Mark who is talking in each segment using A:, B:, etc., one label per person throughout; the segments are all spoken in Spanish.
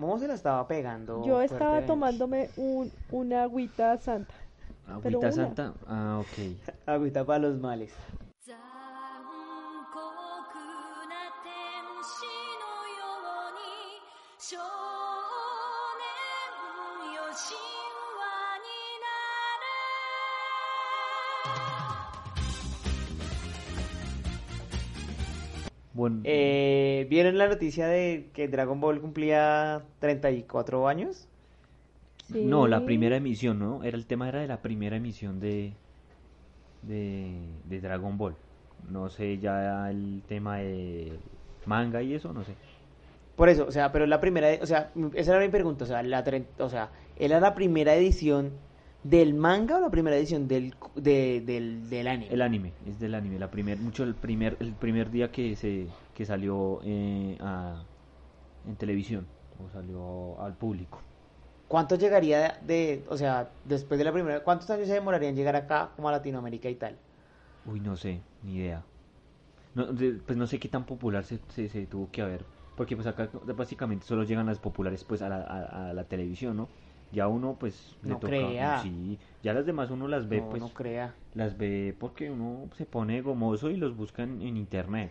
A: Mo se la estaba pegando.
B: Oh,
C: Yo estaba
A: fuertemente.
C: tomándome un, una agüita santa. Pero
B: Agüita
C: una.
B: santa. Ah, ok.
A: Agüita para los males.
D: 残酷な天使のように少年よ神話になれ
B: Bueno,
A: Eh, ¿Vieron la noticia de que Dragon Ball cumplía 34 años?
C: Sí.
B: No, la primera emisión, ¿no? Era el tema era de la primera emisión de, de, de Dragon Ball. No sé ya el tema de manga y eso, no sé.
A: Por eso, o sea, pero la primera, o sea, esa era mi pregunta, o sea, la tren- o sea, ¿era la primera edición del manga o la primera edición del, de- del, del anime?
B: El anime, es del anime, la primer, mucho el primer, el primer día que se, que salió eh, a- en televisión, o salió al público.
A: ¿Cuánto llegaría de, o sea, después de la primera, cuántos años se demoraría en llegar acá como a Latinoamérica y tal?
B: Uy, no sé, ni idea. No, de- pues no sé qué tan popular se, se- se tuvo que haber. Porque pues acá básicamente solo llegan las populares pues a la, a- a la televisión, ¿no? Ya uno pues le
A: No
B: toca,
A: crea.
B: sí. Ya las demás uno las ve
A: no,
B: pues
A: no crea.
B: las ve porque uno se pone gomoso y los busca en, en internet.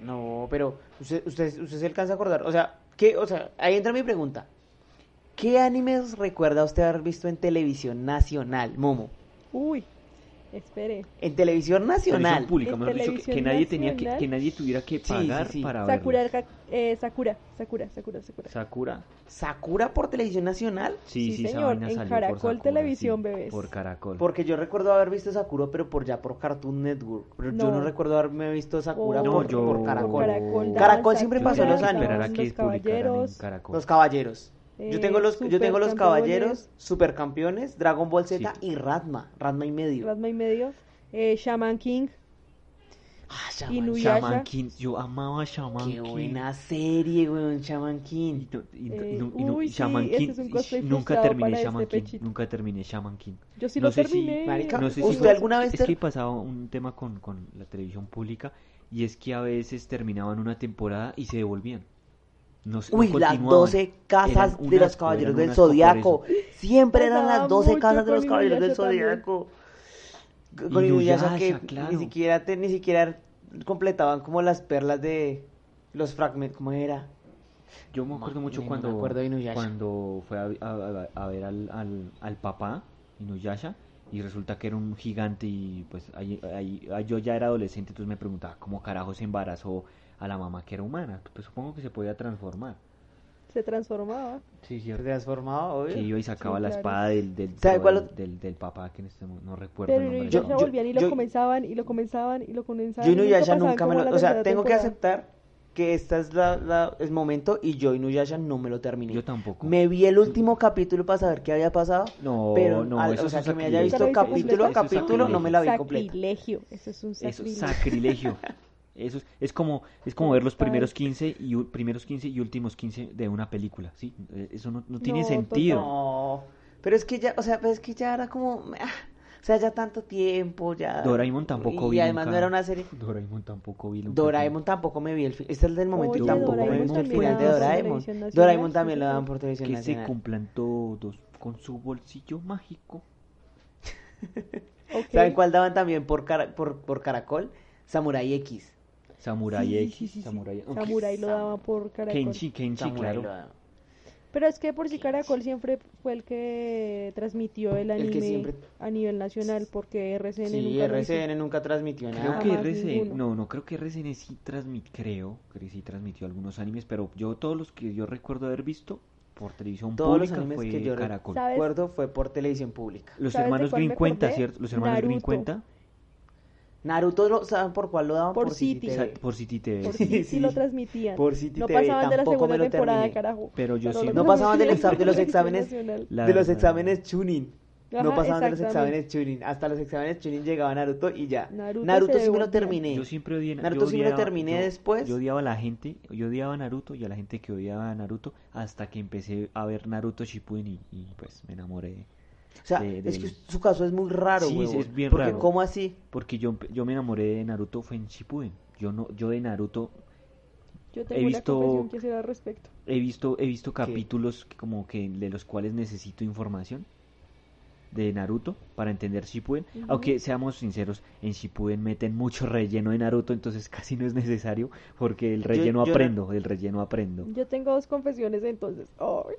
A: No, pero usted, usted, usted se alcanza a acordar, o sea, ¿qué, o sea, ahí entra mi pregunta. ¿Qué animes recuerda usted haber visto en televisión nacional, Momo?
C: Uy, espere.
A: En televisión nacional.
B: Televisión pública,
C: En
B: mejor dicho, que, que
C: televisión
B: nadie tenía que,
C: nacional.
B: que nadie tuviera que
A: Sí,
B: pagar
A: sí, sí.
B: para
C: Sakura,
B: verlo.
C: Ga- eh, Sakura, Sakura, Sakura, Sakura.
B: Sakura.
A: ¿Sakura por televisión nacional?
B: Sí,
C: Sí,
B: sí, esa
C: señor,
B: vaina
C: en
B: salió por
C: Caracol
B: Sakura, sí,
C: Televisión, bebés.
B: Por Caracol.
A: Porque yo recuerdo haber visto Sakura, pero por ya por Cartoon Network. Pero yo
C: No. Oh.
A: no recuerdo haberme visto Sakura
C: O-
B: No,
A: por,
B: yo-
A: por Caracol.
C: Caracol,
A: Caracol
C: daban
A: siempre
B: Yo
A: pasó
B: tenía
A: los
B: que
C: Sakura,
A: años.
B: esperar a
C: daban
B: que
C: Los
B: publicaran en
C: caballeros.
B: Caracol.
A: Los caballeros.
C: Eh,
A: yo tengo los, yo tengo los
C: Supercampeones.
A: caballeros, supercampeones, Dragon Ball Z
B: Sí.
A: y Radma. Radma y medio.
C: Rasma y medio. Eh, Shaman King.
A: Ah, Shaman
C: Inuyasha.
B: Shaman King, yo amaba Shaman
A: King. Qué
B: King.
A: buena serie, weón, Shaman
B: Y
A: King.
B: no- y no-
C: Eh,
B: y no- y no-
C: uy,
B: y Shaman
C: sí, ese
B: King,
C: es un
B: y
C: cosplay
B: nunca
C: frustrado
B: terminé
C: para
B: Shaman
C: este
B: King,
C: pechito.
B: nunca terminé Shaman King.
C: Yo sí
B: No
C: lo
B: sé si-
C: terminé.
A: Marica,
B: No sé si
A: ¿usted alguna vez
B: es
A: te-
B: que pasaba un tema con, con la televisión pública y es que a veces terminaban una temporada y se devolvían. No, se- no
A: Uy, las
B: continuaban.
A: 12 casas
B: Eran
A: de los
B: unas-
A: caballeros
B: eran
A: del
B: unas por
A: Zodiaco.
B: eso.
A: Siempre eran
C: Pasaba
A: las 12
C: mucho
A: casas de
C: con
A: los caballeros del
C: Inuyasha también.
A: Zodiaco. Con
B: Inuyasha,
A: Inuyasha que ni
B: claro.
A: siquiera te- ni siquiera completaban como las perlas de los fragmentos, ¿cómo era?
B: Yo me acuerdo
A: Ma-
B: mucho
A: no me
B: cuando,
A: acuerdo de Inuyasha.
B: cuando fue a, a- a- a ver al, al, al papá, Inuyasha, y resulta que era un gigante y pues ahí, ahí- ahí yo ya era adolescente, entonces me preguntaba cómo carajo se embarazó a la mamá que era humana. Pues supongo que se podía transformar.
C: Se transformaba.
B: Sí,
A: Se transformaba, obvio.
B: Que iba y sacaba
C: Sí,
B: la
C: claro.
B: espada del, del,
A: ¿Sabe
B: del,
A: cuál ot-
B: del- del papá que en este momento no recuerdo
C: Pero
B: el nombre.
C: Inuyasha
A: yo-
B: Yo-
C: volvían y lo
A: yo-
C: comenzaban y lo comenzaban y lo comenzaban.
A: Yo
C: y nunca
A: Inuyasha
C: pasaban
A: nunca me
C: como
A: lo,
C: la
A: o sea,
C: tercera
A: tengo que
C: temporada.
A: aceptar que esta es la, la- el momento y yo Inuyasha no me lo terminé.
B: Yo tampoco.
A: Me vi el último capítulo para saber qué había pasado,
B: No,
A: pero
B: no,
A: al-
B: eso
A: o sea,
B: es
A: que
B: un
A: me haya
B: sacrilegio.
A: visto
C: Eso es-
A: capítulo a
B: eso es
A: capítulo no me la vi completa.
C: Sacrilegio. Eso es un
B: Eso es
C: sacrilegio.
B: sacrilegio. Eso es, es como es como ver los
C: Total.
B: primeros 15 y u- primeros 15 y últimos 15 de una película, ¿sí? Eh, Eso no, no tiene
C: No,
B: sentido.
A: No, pero es que ya, o sea, pero es que ya era como, ah, o sea, ya tanto tiempo, ya.
B: Doraemon tampoco
A: y,
B: vi
A: Y además
B: nunca.
A: no era una serie.
B: Doraemon tampoco vi nunca.
A: Doraemon tampoco me vi el final. Este es el del momento y
B: Oye,
A: tampoco me
B: Doraemon
A: he visto el
B: también
A: final de
B: lo daban por
A: Doraemon.
C: televisión nacional,
A: Doraemon
C: sí,
A: también
C: sí,
A: lo
C: sí.
A: daban por televisión
B: que se
A: nacional.
B: cumplan todos con su bolsillo mágico.
C: Ok.
A: ¿Saben cuál daban también por, cara- por, por Caracol? Samurai X.
B: Samurai
C: Sí,
B: X,
C: sí, sí, sí.
B: Samurai. aunque
C: Samurai lo
A: Sam-
C: daba por Caracol.
B: Kenshi, Kenshi,
A: Samurai
B: claro.
A: lo daban.
C: Pero es que por si Caracol siempre fue el que transmitió
A: El
C: el anime
A: que siempre-
C: a nivel nacional, porque RCN
A: Sí,
C: nunca lo hizo.
A: RCN nunca transmitió
B: Creo
A: nada.
B: que
C: Jamás
B: RCN,
C: ninguno.
B: no, no creo que RCN sí transmitió, creo que sí transmitió algunos animes, pero yo todos los que yo recuerdo haber visto por televisión
A: Todos los
B: pública
A: animes
B: fue
A: que yo re-
B: Caracol.
C: ¿Sabes?
A: recuerdo fue por televisión pública.
B: Los
C: ¿Sabes de
B: hermanos
C: cuál me
B: Green cuenta,
C: acordé?
B: ¿cierto? Los hermanos Green
C: Naruto.
B: cuenta.
A: Naruto, lo, ¿saben por cuál lo daban?
C: Por City.
B: Sa-
A: TV.
B: Por City TV.
C: Por
B: sí.
C: si sí,
A: sí.
C: lo transmitían.
A: Por City
C: no
A: TV,
C: pasaban de la
A: tampoco me
C: segunda
A: lo
C: temporada,
A: terminé.
C: carajo.
B: Pero
C: lo
B: yo sí- No
C: transmitían
A: pasaban del
C: en
A: exam- de los
C: televisión
A: exámenes.
C: nacional.
B: La
A: de los
B: verdad.
A: exámenes Chunin. no
C: Ajá,
A: pasaban de los
C: exactamente.
A: exámenes Chunin. Hasta los exámenes Chunin llegaba Naruto y ya.
C: Naruto
A: Naruto,
C: se
A: sí me
C: devolvía.
A: lo terminé.
B: Yo siempre odié
A: Naruto
B: yo
A: sí me lo
B: odiaba-
A: terminé
B: yo-
A: después.
B: Yo odiaba a la gente, yo odiaba a Naruto y a la gente que odiaba a Naruto hasta que empecé a ver Naruto Shippuden y, y, pues me enamoré.
A: o sea,
B: de-
A: es
B: del-
A: que su caso es muy raro,
B: Sí, sí,
A: huevón,
B: es bien
A: Porque
B: raro.
A: ¿cómo así?
B: Porque yo, yo me enamoré de Naruto fue en Shippuden. Yo no yo de Naruto
C: Yo
B: He
C: tengo una
B: visto-
C: confesión que hacer al respecto.
B: he visto he visto capítulos que como que de los cuales necesito información de Naruto para entender Shippuden,
C: Ujú.
B: aunque seamos sinceros, en Shippuden meten mucho relleno de Naruto, entonces casi no es necesario porque el relleno
A: yo no-
B: aprendo, el relleno aprendo.
C: Yo tengo dos confesiones entonces. Ay.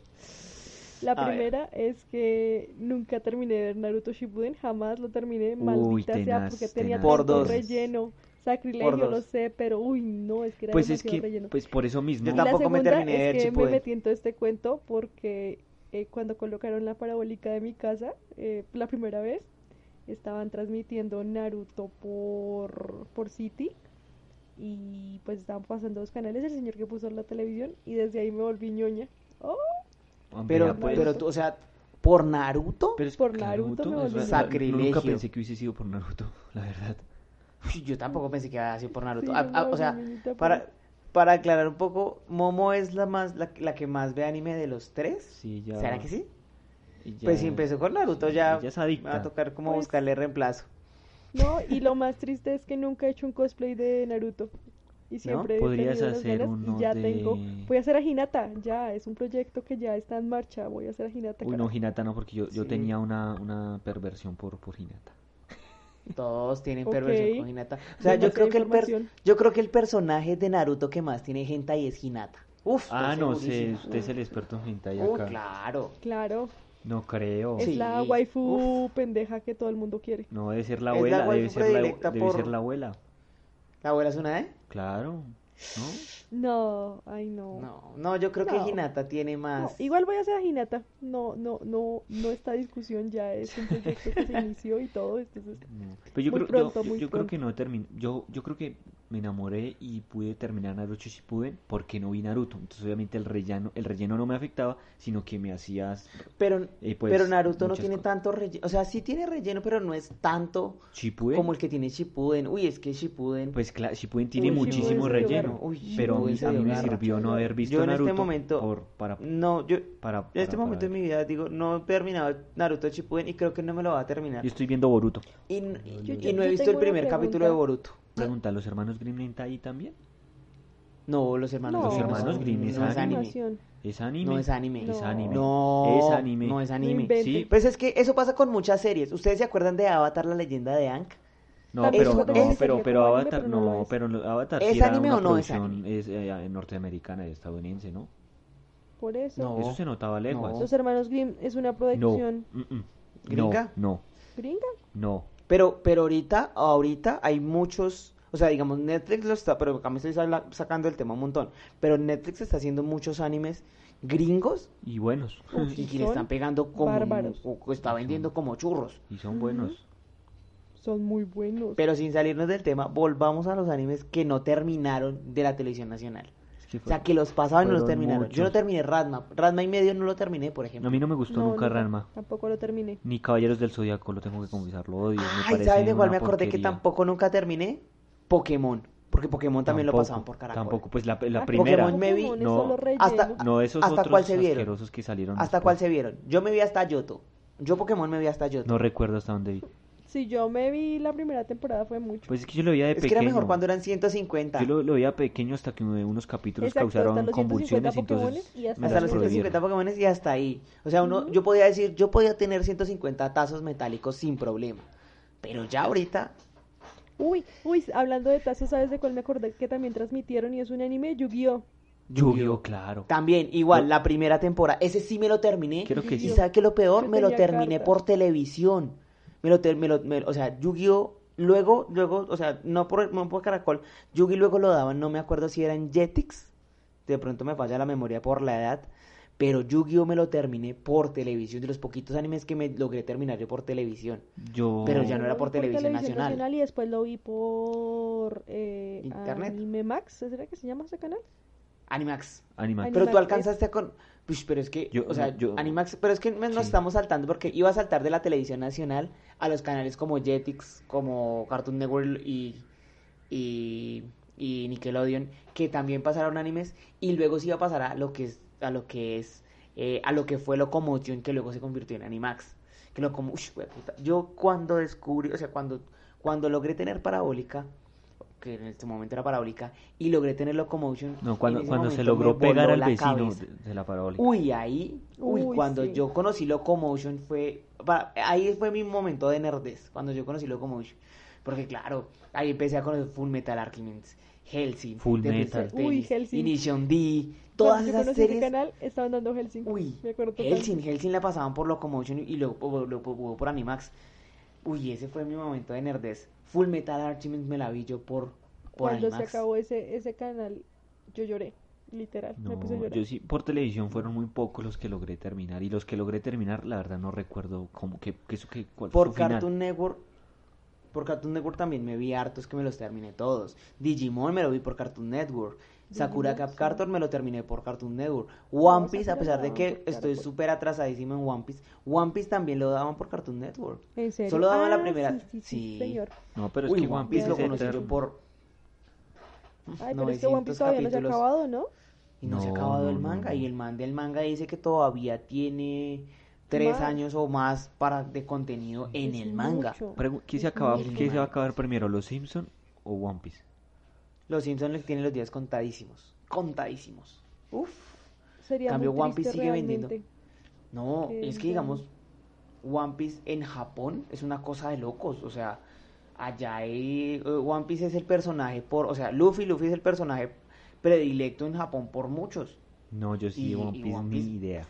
C: La
A: A ver.
C: primera es que nunca terminé de ver Naruto Shippuden, jamás lo terminé, maldita sea,
B: tenaz,
C: porque tenía
B: tenaz,
A: Por
C: tanto
A: dos.
C: relleno, sacrilegio,
A: Por dos.
C: lo sé, pero uy, no, es que era
B: Pues es
C: demasiado
B: que
C: relleno.
B: pues por eso mismo
A: Yo
C: Y la
A: tampoco me
C: segunda
A: terminé de
C: es
A: ver
C: que me
A: Shippuden.
C: metí en todo este cuento porque eh, cuando colocaron la parabólica de mi casa, eh, la primera vez, estaban transmitiendo Naruto por, por City y pues estaban pasando dos canales, el señor que puso la televisión y desde ahí me volví ñoña. ¡Oh!
B: Hombre,
A: Pero,
B: ya, pues.
A: pero tú, o sea, ¿por Naruto?
B: Pero es
C: Por
B: que
C: Naruto me
B: es
C: volví
B: verdad,
A: Sacrilegio.
B: Nunca pensé que hubiese sido por Naruto, la verdad.
A: Uy, Yo tampoco pensé que había sido por Naruto.
C: Sí,
A: Ah,
C: yo
A: ah,
C: no,
A: o sea,
C: niñita,
A: para,
C: pero-
A: para aclarar un poco, Momo es la más la, la que más ve anime de los tres.
B: Sí, ya-
A: ¿Será que sí?
B: Y ya-
A: Pues si empezó con Naruto
B: sí,
A: ya,
B: ella es adicta.
A: va a tocar como
C: Pues-
A: buscarle reemplazo.
C: No, y lo más triste es que nunca he hecho un cosplay de Naruto. Y siempre he
B: Podrías
C: tenido las
B: hacer
C: ganas
B: uno
C: y ya
B: de-
C: tengo. Voy a hacer a Hinata, ya, es un proyecto que ya está en marcha. Voy a hacer a Hinata.
B: Uy, no,
C: carajo.
B: Hinata no, porque yo, yo
A: Sí.
B: tenía una, una perversión por, por Hinata.
A: Todos tienen
C: Ok.
A: perversión con Hinata. O sea, yo
C: Demasiada
A: creo que el per-
C: información.
A: yo creo que el personaje de Naruto que más tiene hentai es Hinata. Uf,
B: Ah,
A: estoy
B: no sé,
A: segurísima.
B: usted es el experto en Hentai
A: Uy,
B: acá.
A: claro.
C: Claro,
B: No creo.
C: es
A: Sí,
C: la waifu pendeja que todo el mundo quiere.
B: No, debe ser la
A: Es la
B: abuela, debe,
A: waifu
B: ser la,
A: predilecta
B: debe
A: por-
B: ser la abuela.
A: ¿La abuela es una eh?
B: Claro. ¿No?
C: No, ay no.
A: No, no, yo creo
C: No.
A: que Hinata tiene
C: No,
A: más.
C: igual voy a hacer a Hinata. No, no, no, no está discusión, ya es un proyecto que se inició y todo. Entonces,
B: No. Pero yo
C: Muy
B: creo, yo-
C: pronto,
B: yo,
C: muy
B: yo creo que no terminé. Yo, yo creo que me enamoré y pude terminar Naruto Shippuden porque no vi Naruto. Entonces, obviamente, el relleno, el relleno no me afectaba, sino que me hacías
A: Pero,
B: Y pues,
A: pero Naruto no
B: muchas
A: tiene
B: cosas.
A: tanto relleno. O sea, sí tiene relleno, pero no es tanto
B: Shippuden.
A: como el que tiene Shippuden. Uy, es que Shippuden.
B: Pues claro, Shippuden tiene
A: Uy,
B: muchísimo
C: Shippuden se
B: relleno,
A: agarra. Uy,
B: pero a mí,
A: Shippuden se
B: a mí me
A: agarra.
B: sirvió no haber visto
A: yo en
B: Naruto
A: este momento.
B: por- para,
A: No, yo.
B: para,
A: En este
B: para-
A: momento
B: para
A: de
B: ver.
A: mi vida, digo, no he terminado Naruto Shippuden y creo que no me lo va a terminar.
B: Yo estoy viendo Boruto.
A: Y, n-
C: Yo-
A: y
C: yo-
A: no
C: yo
A: he visto
C: tengo
A: el
C: una
A: primer capítulo de
C: pregunta.
A: Boruto.
B: Pregunta, ¿los hermanos Grimm está ahí también?
A: No, los hermanos.
C: No. Los
A: Grimm
C: hermanos
A: no,
B: Grimm
A: no
B: es
A: es anime.
C: animación.
B: ¿Es anime?
A: No es anime.
B: Es
C: No.
B: anime.
A: No,
B: Es anime.
A: No es
C: No
A: anime.
C: inventes.
B: Sí,
A: Pues es que eso pasa con muchas series. ¿Ustedes se acuerdan de Avatar, la leyenda de Aang?
B: No,
C: También
B: pero,
A: es
B: no,
A: otra
B: pero,
A: serie
B: pero,
C: como anime,
B: Avatar,
C: pero no lo
B: no,
C: es.
B: pero lo- Avatar sí
A: ¿Es
B: era
A: anime
B: una
A: o no es
B: producción,
A: anime?
B: es, eh, norteamericana, estadounidense, ¿no?
C: Por eso.
A: No.
B: Eso se notaba a leguas.
C: Los hermanos Grimm es una
B: No,
C: producción
B: mm-mm. no,
A: ¿Gringa?
B: no,
C: gringa.
B: no.
A: Pero, pero ahorita, ahorita hay muchos, o sea, digamos, Netflix lo está, pero acá me estoy sala- sacando el tema un montón, pero Netflix está haciendo muchos animes gringos
B: Y buenos.
C: Uy,
A: y que
C: son
A: le están pegando como,
C: bárbaros.
A: o- o está vendiendo como churros.
B: Y son buenos.
C: Son muy buenos.
A: Pero sin salirnos del tema, volvamos a los animes que no terminaron de la televisión nacional.
B: Es que
A: O
B: fue-
A: sea, que los pasaban y no los
B: fueron
A: terminaron. Yo no
B: muchos.
A: terminé Radma, Radma y medio no lo terminé, por ejemplo.
B: A mí no me gustó
C: No,
B: nunca Ranma.
C: Tampoco lo terminé.
B: Ni Caballeros del Zodiaco, lo tengo que confesar, lo odio. me
A: Ay,
B: parece
A: ¿saben de cuál
B: una
A: me acordé que
B: porquería.
A: tampoco nunca terminé? Pokémon, porque Pokémon también lo pasaban por Caracol.
B: Tampoco, pues la, la
C: Ah,
B: primera.
A: Pokémon me vi-
C: Pokémon es
B: No,
C: solo relleno.
A: hasta-
B: No, esos
A: ¿Hasta
B: otros
A: cuál se vieron?
B: asquerosos que salieron.
A: ¿Hasta
B: después.
A: cuál se vieron? Yo me vi hasta Yoto. Yo Pokémon me vi hasta Yoto.
B: No recuerdo hasta dónde vi.
C: Si yo me vi la primera temporada fue mucho.
B: Pues es que yo lo veía de
A: es que
B: pequeño.
A: era mejor cuando eran 150.
B: Yo lo, lo veía pequeño hasta que unos capítulos
C: Exacto, hasta
B: causaron
C: los 150
B: convulsiones, entonces
C: Pokémones y hasta
B: me
A: hasta
B: las
A: los
C: prohibieron.
A: 150 Pokémones y hasta ahí. O sea, uno, yo podía decir, yo podía tener 150 tazos metálicos sin problema. Pero ya ahorita,
C: Uy, uy, hablando de tazos, ¿sabes de cuál me acordé que también transmitieron? Y es un anime, Yu-Gi-Oh!
B: Yu-Gi-Oh, claro.
A: también, igual, la primera temporada, ese sí me lo terminé.
B: Creo que
A: y
B: sí.
A: sabe que lo peor,
C: Yo
A: me lo
C: tenía
A: terminé
C: cartas.
A: por televisión. Me lo, ter- me lo- me lo- o sea, Yu-Gi-Oh! Luego, luego, o sea, no por, no por Caracol, Yu-Gi luego lo daban, no me acuerdo si era en Jetix, de pronto me falla la memoria por la edad, Pero Yu-Gi-Oh me lo terminé por televisión, de los poquitos animes que me logré terminar yo por televisión.
B: Yo.
A: Pero
C: Yo
A: ya no
C: lo
A: era
C: vi
A: por televisión nacional.
C: Y después lo vi por eh,
A: Internet.
C: Anime Max, ¿será que se llama ese canal?
A: Animax.
B: Animax.
A: Pero tú
C: Animax,
A: alcanzaste a con... Ush, pero es que,
B: Yo- mm,
A: o sea,
B: yo-
A: Animax, pero es que nos
B: Sí.
A: estamos saltando porque iba a saltar de la televisión nacional a los canales como Jetix, como Cartoon Network y, y, y Nickelodeon, que también pasaron animes y luego sí iba a pasar a lo que es, a lo que es, eh, a lo que fue Locomotion, que luego se convirtió en Animax. Que lo como, ush, hueputa. Yo cuando descubrí, o sea, cuando, cuando logré tener parabólica, que en este momento era parabólica, y logré tener Locomotion.
B: No,
A: en
B: cuando,
A: ese
B: cuando se
A: momento me
B: logró pegar
A: voló
B: al
A: la
B: vecino
A: cabeza.
B: de, de la parabólica.
A: Uy, ahí, uy,
C: Uy,
A: cuando
C: sí.
A: yo conocí Locomotion fue, pa- ahí fue mi momento de nerdez, cuando yo conocí Locomotion, porque claro, ahí empecé a conocer Full Metal Alchemist, Hellsing,
B: Full
A: Devil's
B: Metal.
A: Apprentice,
C: Uy, Hellsing.
A: Initiation D,
C: Cuando
A: todas
C: yo
A: esas
C: conocí ese
A: series,
C: canal estaban dando Helsinki.
A: uy,
C: me acuerdo total.
A: Hellsing, Hellsing la pasaban por Locomotion y luego por- lo- por- por Animax, uy, ese fue mi momento de nerdez, Full Metal Alchemist me la vi yo por, por
C: Cuando
A: Animax,
C: se acabó ese, ese canal, yo lloré, literal, me
B: No,
C: puse a llorar.
B: yo sí, por televisión fueron muy pocos los que logré terminar. Y los que logré terminar, la verdad no recuerdo cómo, que, que, que, cuál fue
A: Por
B: su final.
A: Cartoon Network. Por Cartoon Network también me vi hartos que me los terminé todos. Digimon me lo vi por Cartoon Network. Sakura
C: Digimon,
A: Cap
C: sí.
A: Cartor me lo terminé por Cartoon Network. One
C: No,
A: Piece, a
C: Sakura
A: pesar de
C: no,
A: que
C: por
A: estoy
C: Cartoon.
A: súper atrasadísimo en One Piece, One Piece también lo daban por Cartoon Network.
C: ¿En serio?
A: Solo daban la
C: Ah,
A: primera-
C: Sí, sí, sí,
A: sí.
C: señor.
B: No, pero
A: Uy,
B: es que
A: One Piece
B: se
A: lo conocí
B: ter-
A: yo por.
C: Ay, pero es que One
A: 900
C: Piece todavía no se ha
A: capítulos.
C: acabado, ¿no?
A: Y no, se ha
B: No,
A: acabado
B: no,
A: el
B: no,
A: manga.
B: no.
A: Y el man del manga dice que todavía tiene tres
C: Más.
A: años o más para de contenido en
C: Es
A: el manga.
C: mucho.
B: Pregu- ¿Qué se,
C: Es
B: acaba,
C: mucho.
B: ¿Qué se va a acabar primero, Los Simpson o One Piece?
A: Los Simpsons les tienen los días contadísimos. Contadísimos. Uf.
C: Sería
A: cambio,
C: muy
A: One Piece
C: triste
A: sigue vendiendo.
C: realmente.
A: No,
C: Que
A: es que
C: ya-
A: digamos, One Piece en Japón es una cosa de locos, o sea, allá hay, eh, One Piece es el personaje por, o sea, Luffy, Luffy es el personaje predilecto en Japón por muchos.
B: No, yo sí,
A: Y-
B: One,
A: y
B: Piece,
A: One Piece.
B: ni idea.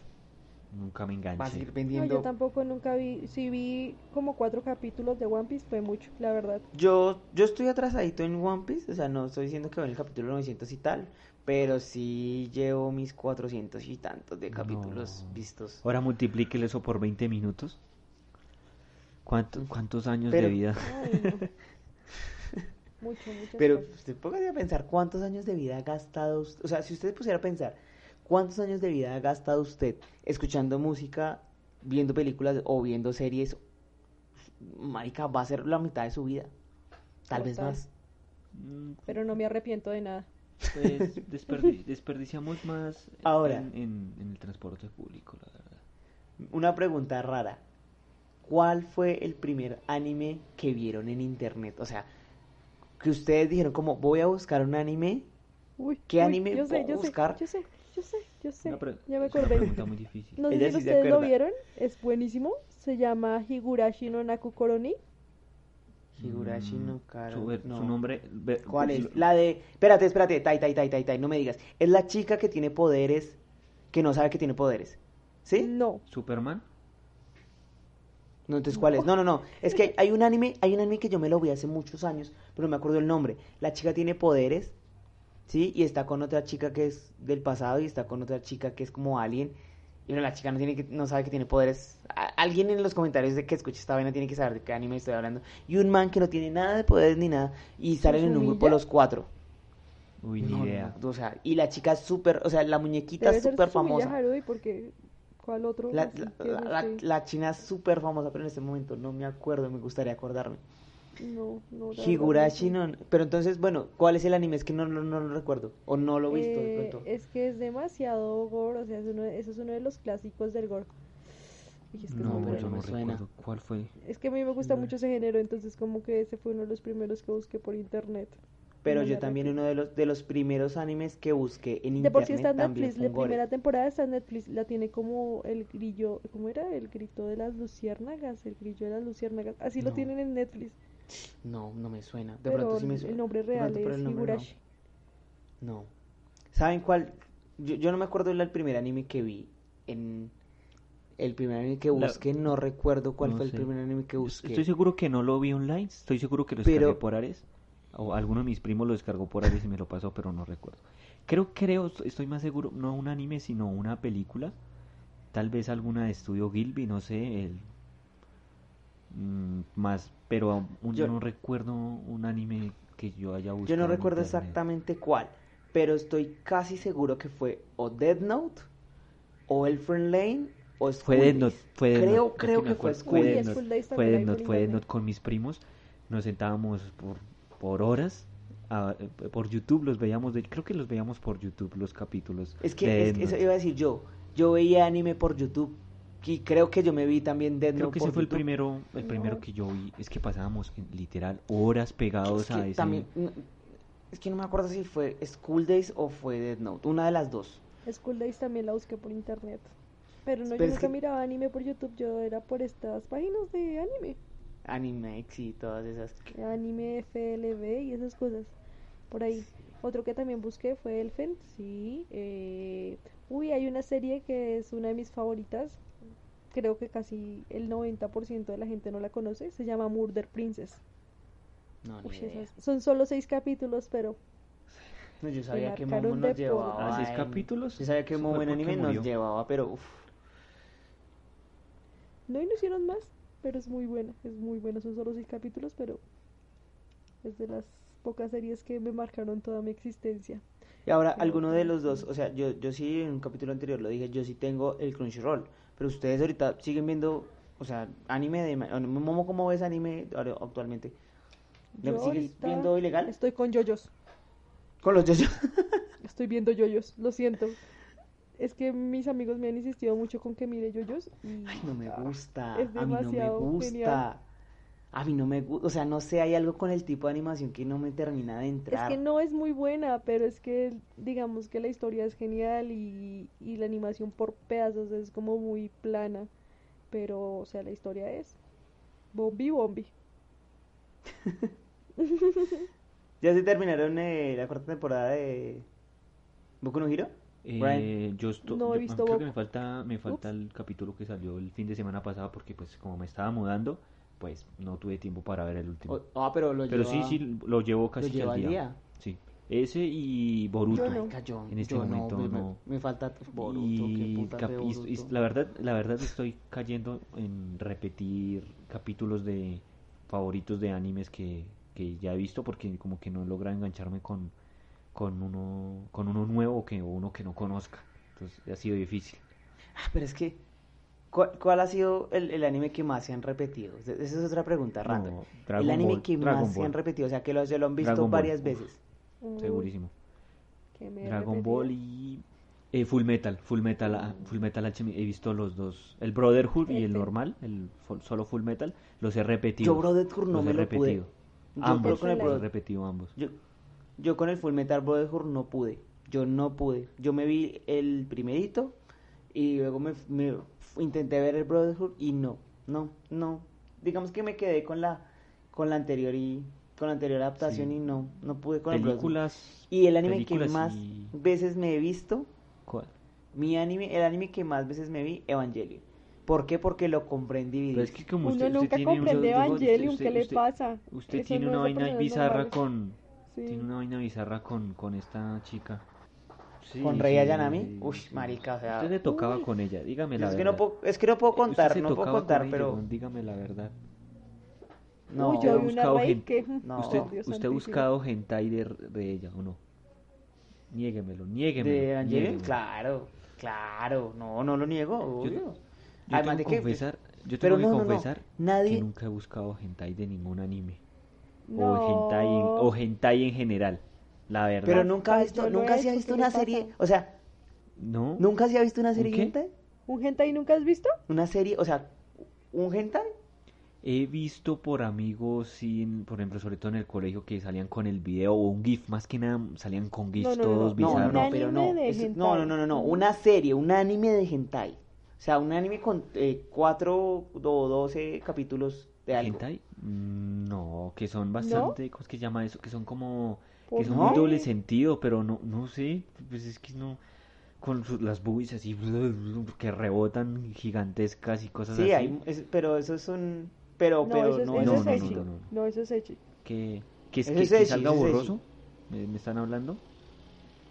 B: Nunca me
A: Va a seguir
B: enganché.
C: No,
A: vendiendo.
C: yo tampoco nunca vi, sí vi como cuatro capítulos de One Piece, fue mucho, la verdad.
A: Yo, yo estoy atrasadito en One Piece, o sea, no estoy diciendo que voy en el capítulo 900 y tal, pero sí llevo mis 400 y tantos de capítulos
B: No.
A: vistos.
B: Ahora multiplíquele eso por 20 minutos. ¿Cuánto- ¿Cuántos años
A: Pero-
B: de vida?
C: Ay, no. mucho, mucho.
A: Pero usted póngase a pensar cuántos años de vida ha gastado usted. O sea, si usted pusiera a pensar cuántos años de vida ha gastado usted escuchando música, viendo películas o viendo series, marica, va a ser la mitad de su vida. Tal vez
C: Total.
A: más.
B: Mm,
C: Pero no me arrepiento de nada.
B: Pues desperdi- desperdiciamos más
A: Ahora.
B: En, en- en el transporte público, la verdad.
A: Una pregunta rara. ¿Cuál fue el primer anime que vieron en internet? O sea, que ustedes dijeron como voy a buscar un anime.
C: Uy,
A: ¿Qué
C: uy,
A: anime
C: yo sé,
A: puedo
C: yo
A: buscar?
C: Sé, yo sé, yo sé, yo sé.
B: Una pre-
C: ya me
B: es una
C: acordé.
B: pregunta muy difícil.
C: No sé
A: Ella
C: si
A: sí se
C: ustedes lo
A: acuerda.
C: vieron, es buenísimo. Se llama Higurashi no Naku Koroni.
A: Higurashi no
B: Mm,
A: Karo-
B: Su, su
A: no.
B: nombre. ve-
A: ¿Cuál
B: pues,
A: es?
B: lo-
A: La de. Espérate, espérate. Tai, tai, tai, tai, tai. No me digas. Es la chica que tiene poderes. Que no sabe que tiene poderes. ¿Sí?
C: No,
B: Superman.
A: No, entonces, ¿cuál es? No, no, no. Es que hay, hay un anime. Hay un anime que yo me lo vi hace muchos años. Pero no me acuerdo el nombre. La chica tiene poderes. ¿Sí? Y está con otra chica que es del pasado. Y está con otra chica que es como alien. Y no, la chica no, tiene que, no sabe que tiene poderes. A- alguien en los comentarios de que escuche esta vaina tiene que saber de qué anime estoy hablando. Y un man que no tiene nada de poderes ni nada. Y salen en un grupo
C: humilla?
A: los cuatro.
B: Uy, ni
A: No,
B: idea.
A: no, o sea, y la chica es súper, o sea, la muñequita
C: debe
A: es
C: ser
A: súper
C: Tsukuya
A: famosa.
C: Harui porque ¿cuál otro?
A: La,
C: Así
A: la-
C: que no
A: la-
C: sé.
A: la china es súper famosa, pero en este momento no me acuerdo, me gustaría acordarme.
C: No, no, la verdad,
A: Higurashi
C: sé.
A: no... Pero entonces, bueno, ¿cuál es el anime? Es que no, no, no lo recuerdo, o no lo he visto de
C: Eh,
A: pronto.
C: es que es demasiado gore, o sea, es uno, de- ese es uno de los clásicos del gore. Uy, es que es
B: No,
A: pero
C: muy bueno.
B: yo
A: no
B: no
A: me suena.
B: recuerdo cuál fue.
C: Es que a mí me gusta
A: No.
C: mucho ese género, entonces como que ese fue uno de los primeros que busqué por internet.
A: Pero
C: no
A: yo
C: me
A: también
C: repito.
A: uno de los, de los primeros animes que busqué en
C: De por sí
A: internet
C: está en
A: también
C: Netflix,
A: fue
C: la
A: un gore.
C: primera temporada está en Netflix, la tiene como el grillo, ¿cómo era? El grito de las luciérnagas, el grillo de las luciérnagas, así lo
A: No.
C: tienen en Netflix,
A: No, no me suena. De
C: pero
A: pronto sí me
C: el-
A: suena.
C: el nombre
A: de pronto,
C: real
A: pero el
C: es
A: nombre no.
C: Higurashi.
A: No. ¿Saben cuál? Yo, yo no me acuerdo del primer anime que vi. En el primer anime que
B: La-
A: busqué, no recuerdo cuál
B: no
A: fue el
B: sé.
A: primer anime que busqué.
B: Estoy seguro que no lo vi online. Estoy seguro que lo descargué
A: Pero-
B: por Ares. O alguno de mis primos lo descargó por Ares y me lo pasó, pero no recuerdo. Creo, creo, estoy más seguro, no un anime, sino una película. Tal vez alguna de estudio Gilby, no sé, el mm, más, pero un-
A: Yo-
B: no recuerdo un anime que yo haya buscado.
A: Yo no
B: en
A: recuerdo
B: internet.
A: exactamente cuál, pero estoy casi seguro que fue o Dead Note, o El Friend Lane, o
B: Fue
A: School
B: Death
A: Days.
B: Note, fue Death
A: Creo,
B: Note, es
A: creo
B: me
A: que fue
B: acuerdo,
A: School
B: Death
A: Days.
B: Note,
C: School Days
B: fue
C: también
B: Death
C: hay
B: Note,
C: por
B: fue Death
C: internet.
B: Note con mis primos, nos sentábamos por, por horas, a- eh, por YouTube los veíamos, de- creo que los veíamos por YouTube los capítulos
A: Es que
B: de
A: es-
B: Death
A: eso
B: Note.
A: iba a decir yo. Yo veía anime por YouTube y creo que yo me vi también Dead
B: Creo
A: Note
B: que
A: por
B: ese fue el
A: YouTube.
B: primero, el primero
C: No.
B: que yo vi, es que pasábamos en- literal horas pegados
A: Es que
B: a ese.
A: también, no- es que no me acuerdo si fue School Days o fue Dead Note, una de las dos.
C: School Days también la busqué por internet. Pero no,
A: Pero
C: yo
A: Pues es
C: nunca
A: que-
C: miraba anime por YouTube, yo era por estas páginas de anime.
A: Animex y todas esas.
C: Anime, FLB y esas cosas. Por ahí. Otro que también busqué fue Elfen, sí. eh, Uy, hay una serie que es una de mis favoritas. Creo que casi el 90% de la gente no la conoce. Se llama Murder Princess.
A: No, Ah, ni
C: Uy,
A: idea.
C: esas- Son solo seis capítulos, pero
A: No, yo sabía que
C: marcaron
A: Momo
C: de
A: nos
C: por-
A: llevaba.
B: ¿A Ah, seis
A: en-
B: capítulos?
A: Yo sabía que
B: Eso
A: Momo
B: fue
A: en
B: porque
A: anime nos
B: murió.
A: llevaba, pero uff.
C: no, y no hicieron más. Pero es muy buena, es muy buena. Son solo seis capítulos, pero es de las pocas series que me marcaron toda mi existencia.
A: Y ahora,
C: Pero
A: alguno de
C: creo
A: los dos, o sea, yo, yo sí en un capítulo anterior lo dije, yo sí tengo el Crunchyroll, pero ustedes ahorita siguen viendo, o sea, anime de... ma- Momo, ¿cómo ves anime ahora- actualmente? ¿Le-
C: Yo
A: ¿Sigues
C: ahorita
A: viendo ilegal?
C: Estoy con yoyos.
A: Con los yoyos.
C: Estoy viendo yoyos, lo siento. Es que mis amigos me han insistido mucho con que mire yoyos y
A: Ay, no me gusta,
C: Ah, Es
A: a mí no me
C: demasiado
A: gusta.
C: genial.
A: A mí no me gusta, o sea, no sé, hay algo con el tipo de animación que no me termina de
C: es
A: entrar.
C: que no es muy buena, pero es que digamos que la historia es genial y, y la animación por pedazos es como muy plana, pero o sea, la historia es bombi bombi.
A: ¿Ya se terminaron eh, la cuarta temporada de Boku no Hiro?
B: Eh,
A: Brian.
B: yo esto-
C: No he
B: yo- ah,
C: visto
B: creo
C: Boku.
B: que me falta, me falta
C: Ups.
B: el capítulo que salió el fin de semana pasado porque pues como me estaba mudando, pues no tuve tiempo para ver el último.
A: O- Ah, pero lo
B: Pero sí,
A: lleva-
B: sí, lo llevo casi
A: lo
B: que
A: lleva
B: al
A: al
B: día.
A: día.
B: Sí. Ese y Boruto.
C: Yo no.
A: Marica, yo-
B: En este
A: yo no,
B: momento
A: me- me-
B: no.
A: Me, falta Boruto, qué
B: y,
A: putas
B: cap-
A: de
B: y- y
A: Boruto.
B: la verdad, la verdad estoy cayendo en repetir capítulos de favoritos de animes que, que ya he visto porque como que no logra engancharme con, con uno, con uno nuevo que, o uno que no conozca. Entonces ha sido difícil.
A: Ah, pero es que, ¿cuál, cuál ha sido el, el anime que más se han repetido? E-, Esa es otra pregunta
B: No,
A: random. el
B: Dragon
A: anime
B: Ball,
A: que
B: Dragon
A: más se han
B: Ball,
A: repetido, o sea, que lo, se lo han visto
B: Dragon Ball,
A: varias
B: uf.
A: veces.
C: Uy,
B: segurísimo.
C: que me he
B: Dragon
C: repetido.
B: Ball y eh, Full Metal, Full Metal, ah,
C: Oh.
B: Full Metal Alchemy, he visto los dos, el Brotherhood y el
C: Este.
B: normal, el fu- solo Full Metal, los he repetido.
A: Yo Brotherhood no
B: los
A: me
B: he
A: lo pude.
B: repetido.
A: Yo
B: ambos,
A: creo que en el
B: los he
A: Brother-
B: repetido ambos.
A: Yo, yo con el Full Metal Brotherhood no pude. Yo no pude. Yo me vi el primerito y luego me, me f- intenté ver el Brotherhood y no, no, no. Digamos que me quedé con la con la anterior y con la anterior adaptación
B: Sí.
A: y no, no pude con el Brotherhood.
B: Películas,
A: Y el anime que
B: películas
A: más
B: y-
A: veces me he visto,
B: ¿cuál?
A: mi anime, el anime que más veces me vi, Evangelion. ¿Por qué? Porque lo comprendí
B: Pero es que como
C: Uno
B: usted, usted
C: nunca
B: tiene un-
C: comprende
B: usted- usted-
C: Evangelion,
B: usted-
C: ¿qué le
B: usted-
C: pasa?
B: Usted
C: Eso
B: tiene
C: no
B: una
C: es de
B: vaina
C: personas
B: bizarra
C: normales.
B: con,
C: Sí.
B: tiene una vaina bizarra con, con esta chica. Sí,
A: ¿Con Rei
B: sí,
A: Ayanami? Uy,
B: sí.
A: marica, o sea,
B: Usted le tocaba
C: uy.
B: con ella, dígame la
A: es que
B: verdad. Eh,
A: no puedo, es que no puedo contar,
B: Usted se
A: no puedo
B: tocaba
A: contar,
B: con ella,
A: pero
B: don, dígame la verdad.
A: no.
C: Uy, yo vi
B: he
C: una
B: buscado
C: raíz
B: gente-
C: que
A: No. Dios
B: ¿Usted,
C: Dios
B: usted ha
C: santísimo.
B: buscado hentai de, de ella o no? Niéguemelo, niéguemelo.
A: ¿De Evangelion?
B: niéguemelo.
A: Claro, claro, no, no lo niego, obvio.
B: Yo
A: Además
B: tengo
A: de
B: que
A: que-
B: confesar, yo
A: pero
B: tengo que
A: no, no, no,
B: confesar
A: nadie-
B: que nunca he buscado hentai de ningún anime. O,
C: No.
B: hentai en, o hentai en general, la verdad.
A: Pero nunca ha
C: Ay,
A: visto,
C: yo lo he
A: nunca se ha
C: hecho,
A: visto
C: ¿qué le
A: una serie,
C: pasa?
A: o sea,
B: ¿No?
A: nunca se ha visto una serie
B: qué?
A: hentai,
C: ¿Un hentai nunca has visto?
A: una serie, o sea, un hentai,
B: He visto por amigos, sí, en- por ejemplo, sobre todo en el colegio, que salían con el video o un GIF, más que nada salían con GIFs
C: No, no, no,
B: todos
C: no,
A: no, no,
B: bizarros.
A: no,
C: Un
A: pero no,
C: anime de
A: es- no,
C: hentai.
A: no, no, no, no, una serie, un anime de hentai, o sea, un anime con eh, cuatro o doce capítulos de algo.
B: ¿Hentai? Mm, No, que son bastante, ¿cómo es que llama eso? Que son como, que
C: ¿Por
B: son muy
A: qué?
B: doble sentido, pero no, no sé, pues es que no, con su- las boobies así, que rebotan gigantescas y cosas
A: Sí,
B: así,
A: hay, es- pero eso es un, pero,
C: No,
A: pero
C: eso es,
A: no,
C: eso
B: no,
C: es
B: no, no,
C: ecchi.
B: no, no.
C: No, eso es ecchi.
B: que, que es
A: Ese
B: que,
A: es
B: que
A: ecchi,
B: salga
A: ese es ecchi.
B: borroso, ¿me, me están hablando?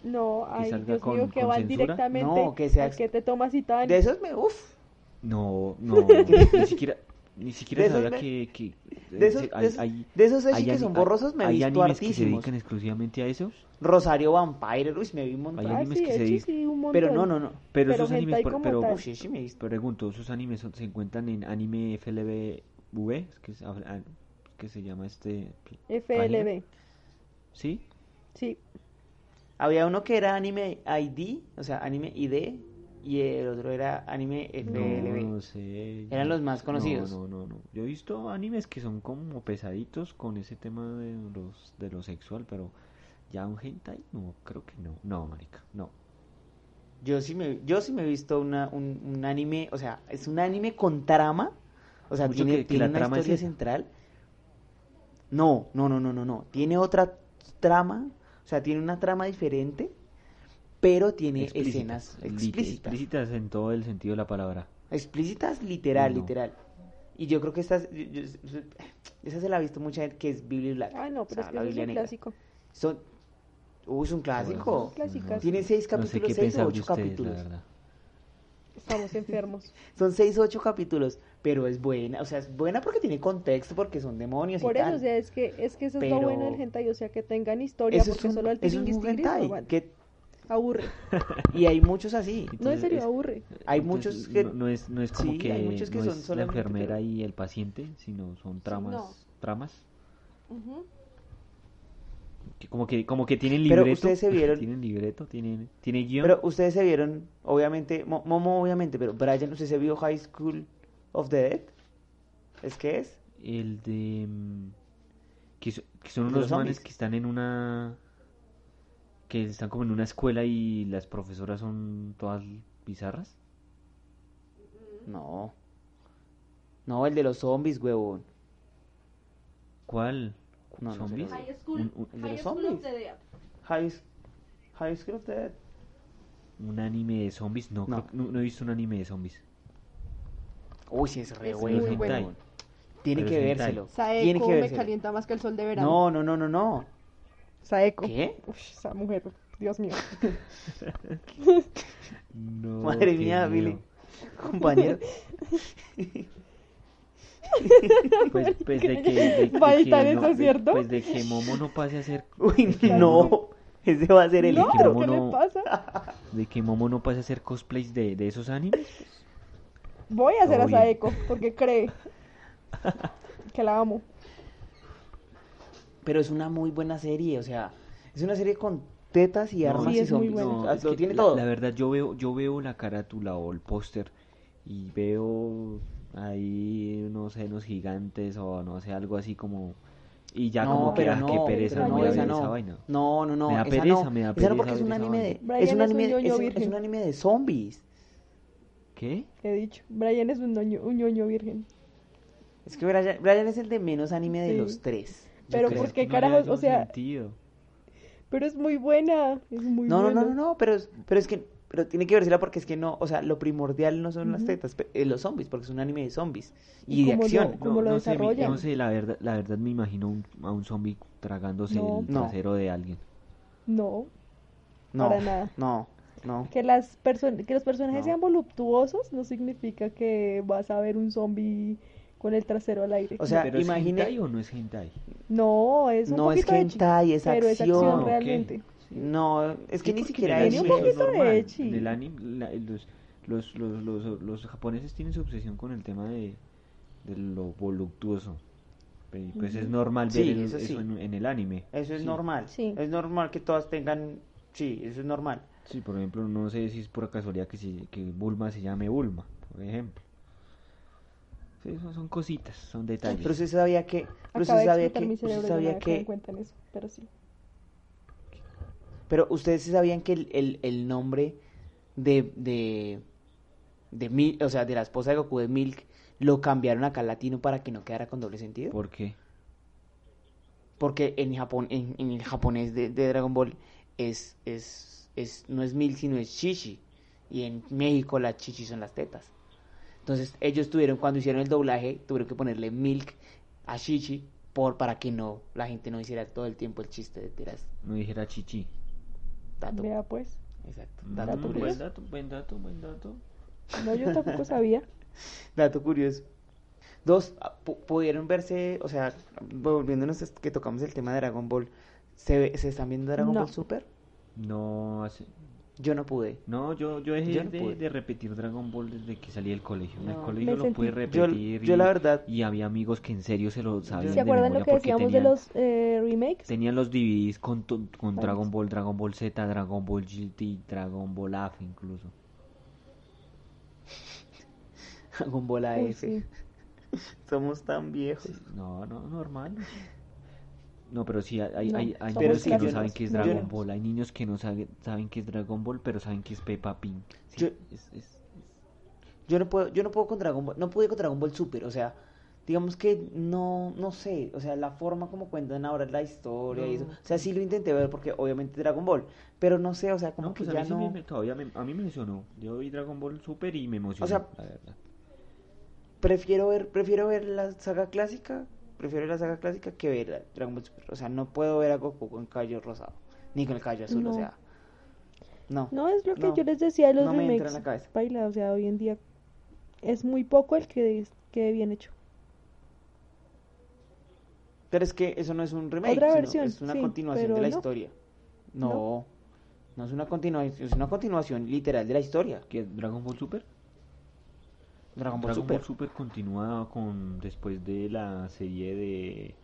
C: No, ay,
B: salga
C: Dios
B: con-
C: mío, que
B: con
C: van
B: censura.
C: directamente
A: No, que sea
C: al
A: ex-
C: que te tomas y tan.
A: De esos me. Uf.
B: No, no, ni siquiera, ni siquiera
A: De esos
B: sabía
A: me-
B: que, que
A: De esos,
B: se-
A: de esos, de esos esos que
B: ani-
A: son borrosos me he
B: hay
A: visto
B: animes que se
A: hartísimos.
B: dedican exclusivamente a eso,
A: Rosario Vampire, uy, me vi un
B: hay
A: montón.
C: ah,
B: animes
C: sí,
B: que
C: de
B: se
C: hecho
B: dedican-
C: sí, un
A: Pero no,
C: montón.
A: no, no.
B: pero,
C: Pero
B: esos animes,
C: hentai
B: por-
C: como
B: pero
C: tal.
A: Uf, sí, sí me he visto.
B: pregunto, esos animes son- se encuentran en anime FLBV, que, es- ah, que se llama este,
C: FLB.
B: ¿sí?
C: Sí,
A: Había uno que era anime ID, o sea, anime ID, y el otro era anime FLB.
B: No, no sé.
A: Eran los más conocidos.
B: No, no, no, no. Yo he visto animes que son como pesaditos con ese tema de los de lo sexual, pero ya un hentai no, creo que no. No, marica, no.
A: Yo sí me, yo sí me he visto una, un, un anime, o sea, es un anime con trama, o sea,
B: Mucho
A: tiene,
B: que- que
A: tiene
B: la
A: una
B: trama es
A: historia
B: esa.
A: central. No, no, no, no, no, no. Tiene otra trama, o sea, tiene una trama diferente, pero tiene
B: Explícitas,
A: escenas
B: lit-
A: explícitas.
B: Explícitas en todo el sentido de la palabra.
A: Explícitas, literal,
B: No.
A: literal. Y yo creo que esta, yo- yo- esa se la ha visto mucha gente, que es Biblia Black.
C: ah, no, pero
A: o sea,
C: es que
A: la
C: eso es
A: Biblia
C: un
A: negra.
C: clásico.
A: Son, Uy, es un clásico.
C: un clásico.
B: No,
A: Tiene seis
B: no sé
A: capítulos,
B: qué
A: seis o
B: pensar de
A: ocho
B: ustedes, la
A: capítulos.
B: verdad.
C: Estamos enfermos.
A: Son seis o ocho capítulos, pero es buena, o sea, es buena porque tiene contexto, porque son demonios
C: Por
A: y
C: eso,
A: tal.
C: o sea, es que, es que eso es
A: Pero-
C: lo bueno del hentai, o sea, que tengan historia,
A: eso es
C: porque
A: un,
C: solo al
A: eso es un
C: tiringuis-tiris no
A: hentai,
C: aguanta.
A: que-
C: aburre.
A: y hay muchos así.
C: No, en
B: Entonces,
C: serio,
B: es-
C: aburre.
A: Hay
B: Entonces,
A: muchos que
B: no, no es no es como
A: sí,
B: que,
A: hay muchos que
B: no
A: son
B: es la
A: solamente,
B: enfermera
A: pero-
B: y el paciente, sino son tramas, tramas
C: Ujú.
B: que como que como que tienen
A: Pero
B: libreto.
A: ustedes se vieron-
B: tienen libreto, tienen tiene guión.
A: Pero ustedes se vieron, obviamente, Mo- Momo obviamente, pero Brian, ¿usted se vio High School of the Dead? ¿Es que es?
B: El de. mm, Que, so- que son
A: El de
B: unos
A: los
B: manes
A: zombies.
B: que están en una. Que están como en una escuela y las profesoras son todas bizarras.
A: No. No, el de los zombies, huevón.
B: ¿Cuál?
A: No, no sé
B: ¿Zombies?
A: cuál
E: School,
B: Un-
A: el de
E: High
A: los
E: School
A: zombies.
E: of the Dead.
A: High, High School of the Dead.
B: un, un anime de zombies? No,
A: No.
B: creo que- no, no he visto un anime de zombies.
A: Uy, sí, es re
C: Es
A: bueno.
C: muy bueno.
A: huevón. Tiene
B: Pero
A: que
B: es hentai.
A: vérselo. Tiene
C: Saeco
A: que
C: me
A: vérselo.
C: calienta más que el sol de verano.
A: No, no, no, no, no.
C: Saeco.
A: ¿Qué?
C: Uf, esa mujer, Dios mío.
B: No,
A: Madre
B: qué
A: mía,
B: miedo.
A: Billy. Compañero.
B: Pues, pues de que. de- de
C: Va a
B: que
C: editar
B: no-
C: eso,
B: de-
C: ¿cierto?
B: Pues de que Momo no pase a ser.
A: Uy,
B: Claro.
A: no. Ese va a ser el
C: no,
A: intro.
C: ¿qué
B: mono-
C: le pasa?
B: De que Momo no pase a hacer cosplays de, de esos animes.
C: Voy a hacer a
B: Todo bien.
C: Saeco porque cree que la amo.
A: Pero es una muy buena serie, o sea, es una serie con tetas y
B: No,
A: armas y
C: sí, es muy
A: zombies.
C: buena.
A: O
B: No,
A: sea,
B: es
A: Ah, lo
B: que
A: tiene
B: la,
A: todo.
B: la verdad, yo veo, yo veo la carátula o el póster y veo ahí unos senos gigantes o no sé, algo así como. Y ya
A: no,
B: como que,
A: pero
B: ah,
A: no,
B: qué pereza,
A: pero
B: no
A: no,
B: voy a
A: esa
B: ver
A: no.
B: esa vaina.
A: No, no, no,
B: Me da
A: esa
B: pereza,
A: no.
B: me
A: Esa
B: da
A: no
B: pereza
A: porque es
B: ver
A: un
B: esa
A: anime de
B: vaina.
C: Brian
A: es un
C: es un
A: anime
C: ñoño
A: es, un-
C: virgen.
A: es un anime de zombies.
B: ¿Qué?
C: He dicho, Brian es un ñoño, un ñoño virgen.
A: Es que Brian, Brian es el de menos anime de
C: Sí.
A: los tres.
B: Yo
C: Pero
B: creo
C: ¿por qué
B: que no le
C: carajos?
B: hace
C: O
B: un
C: sea,
B: sentido.
C: pero es muy buena. Es muy
A: No, no,
C: buena.
A: no, no, no, pero es, pero es que pero tiene que versela porque es que no, o sea, lo primordial no son las tetas, pe- eh, los zombies, porque es un anime de zombies y,
C: Y
A: de
C: como
A: acción.
C: no- ¿Cómo lo
B: sé, mi-
C: desarrollan?
B: no sé, la verdad, la verdad me imagino un- a un zombie tragándose
C: No.
B: el
A: No.
B: trasero de alguien.
C: No.
A: No,
C: para nada.
A: no, no.
C: Que, las person- que los personajes
A: No.
C: sean voluptuosos no significa que vas a ver un zombie con el trasero al aire.
A: O sea,
B: ¿Pero
A: imagine-
B: es hentai o no es hentai?
C: no, es un
A: No es
C: poquito de chi,
A: hentai, es
C: pero es acción
A: acción.
B: ok.
C: realmente.
A: No, es que ni
B: porque
A: siquiera
B: en
A: es
B: el
C: Tiene un
A: eso.
B: anime eso es
C: poquito de
B: normal.
C: ecchi.
B: En el anime, la- los, los, los, los- los japoneses tienen su obsesión con el tema de, de lo voluptuoso. Y pues es normal ver
A: Sí,
B: el-
A: eso
B: eso,
A: sí.
B: en, en el anime.
A: Eso es normal.
C: Sí.
A: Es normal que todas tengan. Sí, eso es normal.
B: Sí, por ejemplo, no sé si es pura casualidad que, si, que Bulma se llame Bulma, por ejemplo. Sí, son, son cositas, son detalles.
A: Pero usted sabía que. Pero usted
C: Acaba de
A: sabía
C: explotar
A: que.
C: mi
A: Usted
C: cerebro, yo no
A: sabía
C: había caído en
A: que.
C: cuenta en eso, pero sí.
A: Pero ustedes sí sabían que el, el, el nombre de. de. de Mil- o sea, de la esposa de Goku de Milk. Lo cambiaron acá al latino para que no quedara con doble sentido.
B: ¿Por qué?
A: Porque en Japón, en, en el japonés de, de Dragon Ball es, es, es, no es mil, sino es chichi. Y en México las chichis son las tetas. Entonces ellos tuvieron, cuando hicieron el doblaje, tuvieron que ponerle milk a chichi por, para que no, la gente no hiciera todo el tiempo el chiste de tiras.
B: No dijera chichi.
A: Dato.
C: Vea pues.
A: Exacto.
B: Mm,
A: Dato
C: Dato
A: curioso.
B: buen dato, buen dato, buen dato.
C: No, yo tampoco sabía.
A: Dato curioso. Dos, ah, pu- pudieron verse, o sea, volviéndonos a que tocamos el tema de Dragon Ball, ¿se, ve- se están viendo Dragon
C: No.
A: Ball Super?
B: No, hace-
A: Yo no pude.
B: no yo, yo dejé
A: Yo no
B: de,
A: pude.
B: de repetir Dragon Ball desde que salí del colegio. En el
A: No,
B: colegio
C: me
B: lo
C: sentí-
B: pude
A: Yo,
B: repetir
A: yo
B: y,
A: la verdad,
B: y había amigos que en serio se lo sabían
C: ¿Se
B: de
C: acuerdan lo
B: memoria
C: que
B: porque
C: decíamos de
B: tenían-
C: los eh, remakes?
B: Tenían los DVDs con, to- con
C: Vamos.
B: Dragon Ball, Dragon Ball Z, Dragon Ball GT, Dragon Ball AF incluso.
A: Dragon Ball
C: Uy,
A: AF.
C: sí.
A: Somos tan viejos.
B: No, no, normal. No, pero sí, hay,
C: No,
B: hay, hay
C: somos
B: niños que no
A: clásicos,
B: saben qué es
A: yo no.
B: Dragon Ball, hay niños que no saben, saben qué es Dragon Ball, pero saben que es Peppa Pig. Sí,
A: Yo-
B: es- es-
A: Yo no puedo, yo no puedo con Dragon Ball, no pude con Dragon Ball Super, o sea, digamos que no, no sé, o sea, la forma como cuentan ahora la historia y eso, o sea, sí lo intenté ver porque obviamente Dragon Ball, pero no sé, o sea, como
B: No,
A: que
B: pues a
A: ya
B: mí sí
A: no,
B: me, me- todavía me, a mí me emocionó. Yo vi Dragon Ball Super y me emocionó,
A: O sea,
B: la verdad.
A: prefiero ver, prefiero ver la saga clásica, prefiero ver la saga clásica que ver la Dragon Ball Super, o sea, no puedo ver a Goku con el cabello rosado, ni con el cabello azul, o
C: No.
A: sea, no,
C: No, es lo que
A: No,
C: yo les decía de los
A: no me entra en
C: remakes.
A: la cabeza.
C: Paila, o sea, hoy en día es muy poco el que quede bien hecho.
A: pero es que eso no es un remake,
C: Otra
A: sino
C: versión,
A: es una
C: sí,
A: continuación de
C: pero
A: la
C: no.
A: historia,
C: No.
A: no, no es una continuación, es una continuación literal de la historia.
B: ¿Qué es Dragon Ball Super?
A: Dragon Ball
B: Dragon
A: Super.
B: Ball Super continúa con después de la serie de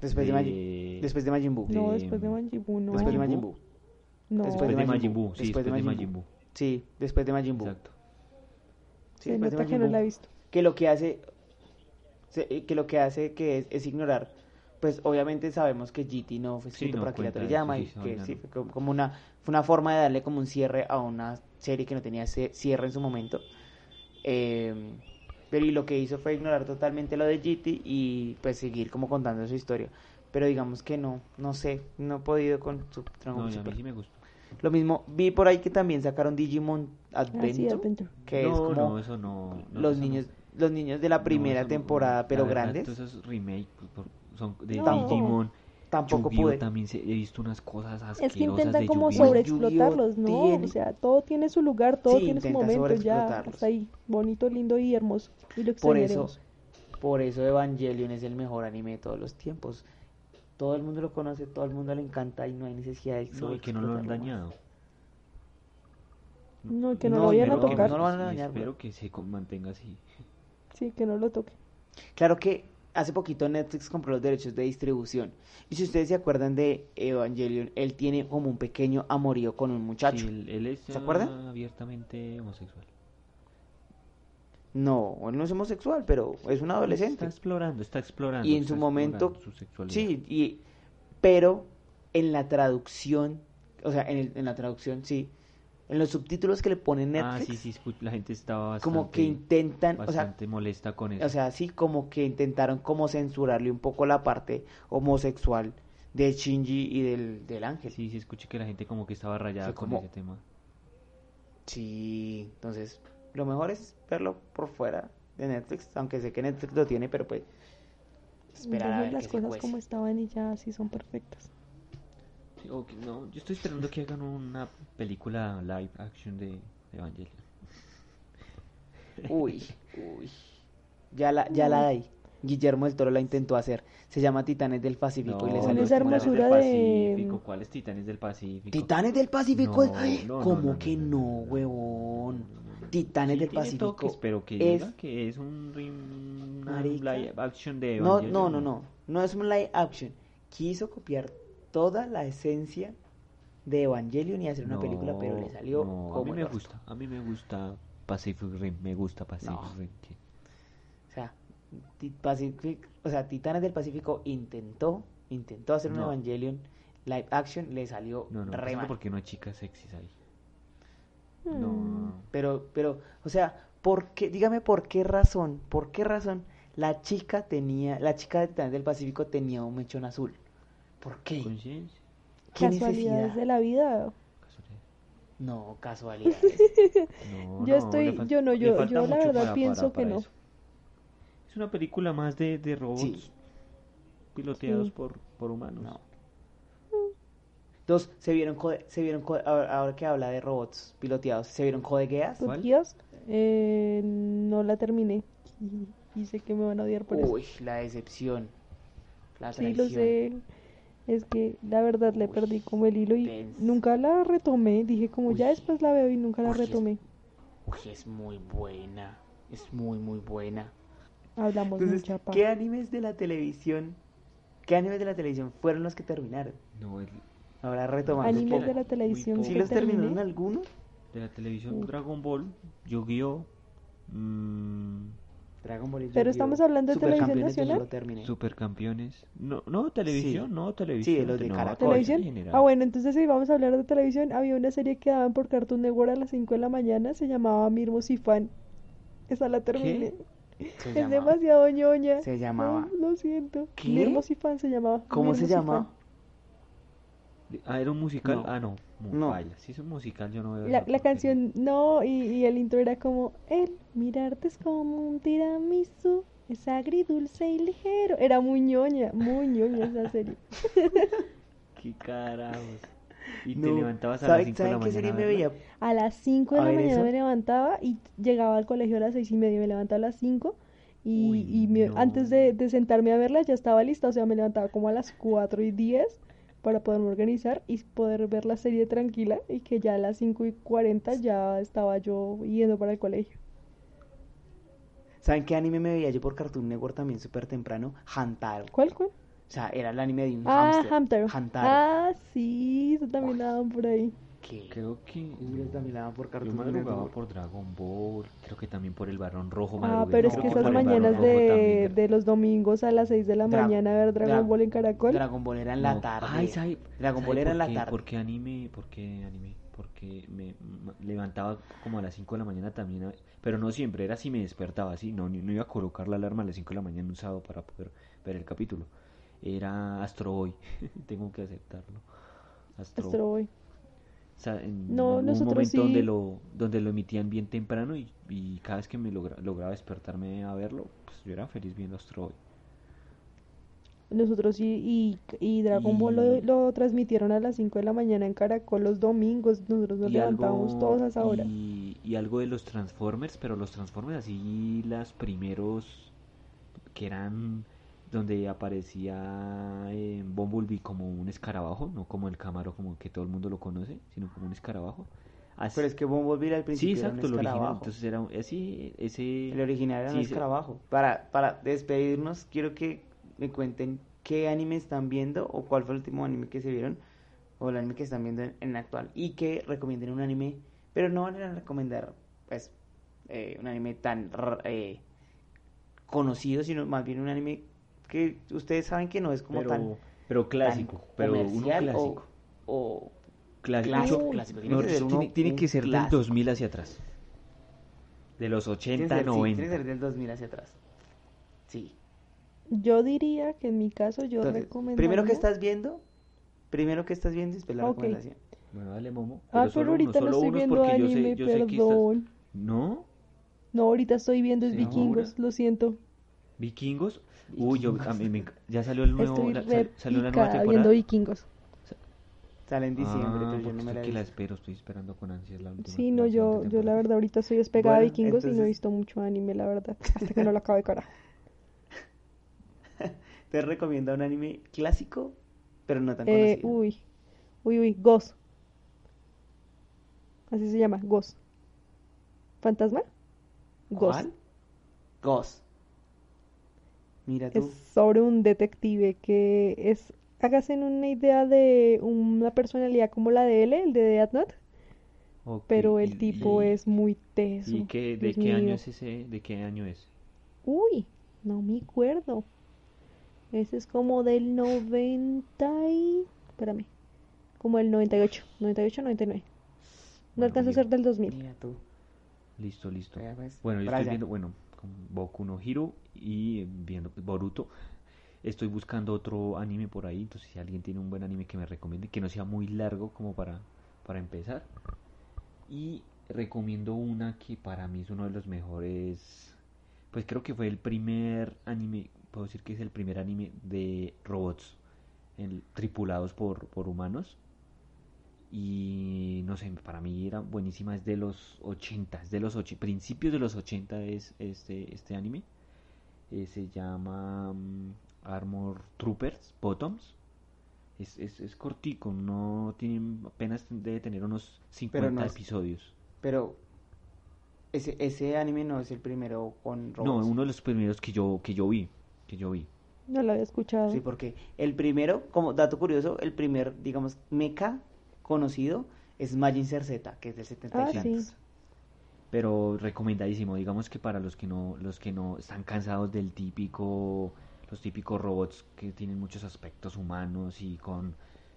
A: Después de, Majin,
B: de-
A: después de Majin Buu.
C: No,
B: De-
C: después de Majin Buu, no.
A: después de
B: Majin
A: Majin
B: Buu.
A: Buu.
C: No,
A: después
B: después de Majin Buu, sí,
A: después de
B: después de
A: Majin
B: Majin Buu.
A: Sí, después de Majin Buu.
B: Exacto.
A: Sí,
C: se
A: después de
C: nota que
A: Majin
C: no
A: Buu.
C: la he visto.
A: Que lo que hace se- eh, que lo que hace que es, es ignorar pues obviamente sabemos que GT no fue
B: Sí,
A: escrito
B: no
A: por Akira
B: cuenta
A: Toriyama
B: eso,
A: y
B: sí, esa
A: que
B: vaina
A: sí
B: no.
A: fue como como una fue una forma de darle como un cierre a una serie que no tenía ce- cierre en su momento. Eh, pero y lo que hizo fue ignorar totalmente lo de GT y pues seguir como contando su historia. Pero digamos que no, no sé, no he podido con su Dragon
B: No,
A: Ball
B: y a mí
A: Super.
B: sí me gustó.
A: Lo mismo, vi por ahí que también sacaron Digimon Adventure,
C: Ah, sí, Adventure.
A: que
B: no,
A: es como
B: no, eso no. no,
A: los
B: eso no.
A: niños, los niños de la primera
B: No, eso no.
A: temporada,
B: La
A: pero
B: verdad,
A: grandes,
B: todos esos remake pues, por- son de
C: No.
B: Digimon.
A: tampoco
B: Yu-Gi-Oh!
A: pude.
B: también se- he visto unas cosas asquerosas
C: Es que intentan
B: de
C: como
B: Yu-Gi-Oh!
C: sobreexplotarlos, ¿no?
A: tiene-
C: O sea, todo tiene su lugar, todo
A: Sí,
C: tiene su
A: intentan
C: momento, ya,
A: sobreexplotarlos.
C: hasta ahí. Bonito, lindo y hermoso. Y lo
A: Por eso,
C: extrañaremos.
A: por eso Evangelion es el mejor anime de todos los tiempos. Todo el mundo lo conoce, todo el mundo le encanta y no hay necesidad de
B: No, y que no lo
A: sobreexplotarlo
B: han
A: más.
B: dañado.
C: No, y que no
A: No,
C: lo vayan a
B: espero que-
C: tocar.
A: no lo van a
B: y
A: dañar,
B: Espero
A: güey.
B: que se co- mantenga así.
C: Sí, que no lo toque.
A: Claro que hace poquito Netflix compró los derechos de distribución. Y si ustedes se acuerdan de Evangelion, él tiene como un pequeño amorío con un muchacho.
B: Sí, él, él es
A: ¿Se acuerdan?
B: ah, abiertamente homosexual.
A: No, él no es homosexual, pero es un
B: Está
A: adolescente.
B: explorando, está explorando.
A: Y en
B: está
A: su momento,
B: explorando su sexualidad.
A: Sí, y, pero en la traducción, o sea, en, el- en la traducción, sí, en los subtítulos que le ponen
B: Ah,
A: Netflix,
B: sí, sí, escu- la gente estaba bastante,
A: como que intentan, o sea,
B: bastante molesta con eso.
A: o sea, sí, como que intentaron como censurarle un poco la parte homosexual de Shinji y del, del ángel. Sí.
B: sí, sí, escuché que la gente como que estaba rayada
A: O sea,
B: con
A: como-
B: ese tema.
A: entonces, lo mejor es verlo por fuera de Netflix, aunque sé que Netflix lo tiene, pero pues esperar a ver
C: Dejen las
A: qué se
C: cosas
A: cuece.
C: como estaban y ya así son perfectas.
B: Sí, ok, no, yo estoy esperando que hagan una película live action de de Evangelion.
A: Uy, uy. Ya la, ya la hay. Guillermo del Toro la intentó hacer. Se llama Titanes del Pacífico y pues le
B: No,
A: salió
C: Esa
A: como la-
B: Titanes del
C: hermosura de-
B: Pacífico, ¿Cuáles Titanes del Pacífico?
A: Titanes del Pacífico es.
B: No,
A: ¡Ay!
B: no, no,
A: ¿Cómo
B: no, no,
A: que
B: no,
A: no,
B: no, no, no,
A: huevón?
B: no, no, no, no.
A: Titanes
B: Sí
A: del
B: tiene
A: Pacífico
B: toques, pero que
A: es-
B: diga que es un rim- una
A: Marica.
B: live action de
A: No,
B: Evangelion,
A: no, no, no. No es un live action. Quiso copiar toda la esencia de Evangelion y hacer una
B: No,
A: película, pero le salió
B: no,
A: como
B: a mí
A: el
B: me
A: orto.
B: gusta, a mí me gusta Pacific Rim, me gusta Pacific
A: No.
B: Rim. sí.
A: O sea, Ti- Pacific- o sea, Titanes del Pacífico intentó, intentó hacer un
B: No.
A: Evangelion live action, le salió
B: No, no,
A: re
B: Pacific
A: mal.
B: porque no hay chicas sexys ahí.
C: Mm.
B: No.
A: Pero, pero, o sea, ¿por qué, dígame por qué razón, por qué razón la chica tenía, la chica de Titanes del Pacífico tenía un mechón azul? ¿Por qué?
B: Conciencia,
A: ¿Qué
C: Casualidades
A: necesidad?
C: de la vida.
B: casualidad.
A: No, casualidades.
B: No,
C: Yo
B: no,
C: estoy-
B: le fal-
C: yo no,
B: le
C: yo-
B: falta
C: yo la
B: mucho
C: verdad
B: para-
C: pienso que no.
B: eso. Es una película más de, de robots
A: Sí.
B: piloteados
C: Sí.
B: por, por humanos.
A: No. Dos, se vieron, code- se vieron code- ahora ahora que habla de robots piloteados, ¿se vieron codegueas?
B: ¿Cuál?
C: Dios, eh, no la terminé y, y sé que me van a odiar por eso.
A: Uy, la decepción. La
C: Sí, lo
A: traición.
C: sé. Es que la verdad le
A: Uy,
C: perdí como el hilo y
A: pens-
C: nunca la retomé. Dije como ya
A: Uy.
C: después la veo y nunca la
A: Uy, es-
C: retomé.
A: Uy, es muy buena. Es muy, muy buena.
C: Hablamos
A: Entonces,
C: mucha paja.
A: ¿qué animes de la televisión? ¿Qué animes de la televisión fueron los que terminaron?
B: No, el-
A: Ahora retomando.
C: Animes
A: espera.
C: de la televisión
B: poco.
A: ¿Sí
C: que
A: los terminaron
C: terminé.
A: alguno?
B: de la televisión,
C: Uf.
B: Dragon Ball, Yu-Gi-Oh, mm,
A: Dragon Ball y
C: Pero
A: Yu-Gi-Oh.
C: estamos hablando de televisión
A: Supercampeones, yo no
C: nacional.
A: lo terminé.
B: Supercampeones. No, no, televisión,
A: Sí.
B: no, televisión.
A: los de
B: no,
A: Caracol.
B: televisión
C: ¿Televisión?
B: en general.
C: Ah, bueno, entonces si vamos a hablar de televisión, había una serie que daban por Cartoon Network a las 5 de la mañana, se llamaba Mirmo Sifan. Esa la terminé.
A: Se
C: Es
A: llamaba.
C: demasiado ñoña.
A: Se llamaba.
C: No, lo siento.
A: ¿Qué?
C: Mirmo Sifan se llamaba.
A: ¿Cómo se
C: Mirmo
A: llama?
B: Ah, era un musical.
A: No.
B: Ah, no. mu-
A: No.
B: baila. Si es un musical, yo no veo.
C: Sifan. La,
B: esa
C: la
B: porquería.
C: canción, no, y, y el intro era como, el mirarte es como un tiramisu, es agridulce y ligero. Era muy ñoña, muy ñoña esa serie.
B: ¿Qué carajos? Y te
A: No.
B: levantabas a las
A: ¿Sabe-
B: 5 de la
A: saben qué
B: mañana.
A: serie
B: a
A: me
B: verla?
A: veía?
C: A las 5 de
A: A
C: la
A: ver,
C: mañana
A: eso.
C: me llegaba y llegaba al colegio a las seis y media, me levantaba a las 5 y,
B: Uy,
C: y me- antes de,
B: no.
C: de sentarme a verla ya estaba lista, o sea, me levantaba como a las 4 y 10 para poderme organizar y poder ver la serie tranquila y que ya a las 5 y 40 ya estaba yo yendo para el colegio.
A: ¿Saben qué anime me veía yo por Cartoon Network también súper temprano? Hantaro.
C: ¿Cuál, cuál?
A: O sea, era el anime de un
C: Ah,
A: hámster.
C: Hamtaro.
A: Hantaro.
C: Ah, sí, eso también daban por ahí.
A: ¿Qué?
B: Creo que.
A: Yo también la daba por
B: Yo
A: Cartoon
B: madrugaba
A: Network.
B: por Dragon Ball, creo que también por el Barón Rojo.
C: Ah,
B: madrugué,
C: pero es
B: creo
C: que
A: no,
C: esas
B: por el Barón
C: mañanas
B: Rojo
C: de,
B: también.
C: de los domingos a las 6 de la
A: Dra-
C: mañana ver Dragon
A: Dra-
C: Ball en Caracol.
A: Dragon Ball era en la
B: No.
A: tarde.
B: Ay, ¿sabe-
A: Dragon
B: sabe
A: Ball era
B: por
A: en la
B: qué-
A: tarde.
B: ¿Por qué anime? ¿Por qué anime? Porque me me levantaba como a las 5 de la mañana también, a- pero no siempre, era si me despertaba así, no, ni- no iba a colocar la alarma a las 5 de la mañana un sábado para poder ver el capítulo. Era Astro Boy, tengo que aceptarlo. Astro,
C: Astro
B: Boy.
C: Boy.
B: O sea, en
C: No,
B: algún
C: nosotros
B: momento donde
C: sí.
B: lo donde lo emitían bien temprano y, y cada vez que me logra- lograba despertarme a verlo, pues yo era feliz viendo Astro Boy.
C: Nosotros sí, y, y Dragon Ball
B: Y-
C: lo, lo transmitieron a las 5 de la mañana en Caracol los domingos. Nosotros nos
B: y algo-
C: levantábamos todos a esa hora.
B: Y, y algo de los Transformers, pero los Transformers así las primeros que eran donde aparecía eh, Bumblebee como un escarabajo, no como el Camaro como que todo el mundo lo conoce, sino como un escarabajo. Así,
A: Pero es que Bumblebee al
B: sí,
A: principio era un
B: exacto, el original.
A: escarabajo.
B: Entonces era un- así, ese
A: El original era
B: sí,
A: un
B: sí.
A: escarabajo. Para, para despedirnos, quiero que me cuenten qué anime están viendo o cuál fue el último anime que se vieron o el anime que están viendo en, en la actual y que recomienden un anime, pero no van a recomendar pues eh, un anime tan r- eh, conocido, sino más bien un anime que ustedes saben que no es como
B: pero,
A: tan,
B: pero
A: tan
B: clásico, pero uno
A: comercial o-
B: clásico.
A: o
B: Clásico,
A: clásico,
B: Uy,
A: clásico. Tiene
B: no,
A: que ser
B: tiene-
A: uno-
B: tiene
A: un
B: que ser del
A: clásico.
B: 2000 hacia atrás. De los
A: Tiene
B: 80,
A: que ser, sí,
B: 90.
A: tiene que ser del 2000 hacia atrás. Sí.
C: Yo diría que en mi caso yo
A: Entonces,
C: recomendaría.
A: primero que estás viendo, primero que estás viendo y después la
C: Ok.
A: recomendación.
B: Bueno, dale, Momo.
C: Ah, pero
B: solo
C: ahorita no
B: uno, solo
C: estoy
B: uno es
C: viendo
B: porque yo
C: anime,
B: sé, yo sé que estás...
C: perdón.
B: ¿No?
C: No, ahorita estoy viendo es
B: Sí,
C: Vikingos,
B: ahora.
C: lo siento.
B: ¿Vikingos? Uy, yo, a mí me enc- ya salió el nuevo,
C: Estoy
B: la,
C: re
B: sal- salió la nueva
C: picada
B: temporada.
C: viendo Vikingos.
A: Sale en diciembre,
B: Ah,
A: pero yo no
B: porque
A: me
B: estoy
A: la he
B: que la
A: visto.
B: espero, estoy esperando con ansias la última.
C: Sí, no,
B: la
C: yo,
B: siguiente
C: yo la
B: temporada.
C: verdad ahorita estoy despegada
A: Bueno,
C: a Vikingos y no he
A: entonces-
C: visto mucho anime, la verdad. Hasta que no lo acabe, carajo.
A: Te recomiendo un anime clásico, pero no tan
C: Eh,
A: conocido.
C: uy, uy, uy, Ghost. Así se llama, Ghost. ¿Fantasma? Ghost.
A: ¿Cuál? Ghost. Mira tú.
C: Es sobre un detective que es, hágase una idea de una personalidad como la de él, el de Death Note,
B: Ok,
C: pero el
B: y-
C: tipo
B: y-
C: es muy teso.
B: ¿Y qué, de
C: Dios
B: qué año
C: mío.
B: es ese? ¿De qué año es?
C: Uy, no me acuerdo. Ese es como del 90 y... Espérame. Como el 98, 98, 99. No
B: Bueno,
C: alcanza a
B: bien.
C: ser del 2000.
A: Mira tú.
B: Listo, listo.
A: Vea, pues,
B: Bueno, yo estoy
A: Brian.
B: viendo, bueno, con Boku no Hero y eh, viendo Boruto. Estoy buscando otro anime por ahí, entonces si alguien tiene un buen anime que me recomiende, que no sea muy largo como para, para empezar. Y recomiendo una que para mí es uno de los mejores, pues creo que fue el primer anime, puedo decir que es el primer anime de robots, el, tripulados por, por humanos. y no sé, para mí era buenísima, es de los 80, es de los ocho- principios de los 80 es este, este anime. Eh, se llama mm, Armor Troopers Bottoms. Es, es, es cortico, no tiene, apenas debe tener unos 50
A: no es-
B: episodios.
A: Pero ese, ese anime no es el primero con robots.
B: No, uno de los primeros que yo, que yo vi, que yo vi.
C: No lo había escuchado.
A: Sí, porque el primero, como dato curioso, el primer, digamos, mecha conocido es Majinger Z, que es del
C: ah,
A: 75.
C: sí.
B: pero recomendadísimo digamos que para los que no los que no están cansados del típico los típicos robots que tienen muchos aspectos humanos y con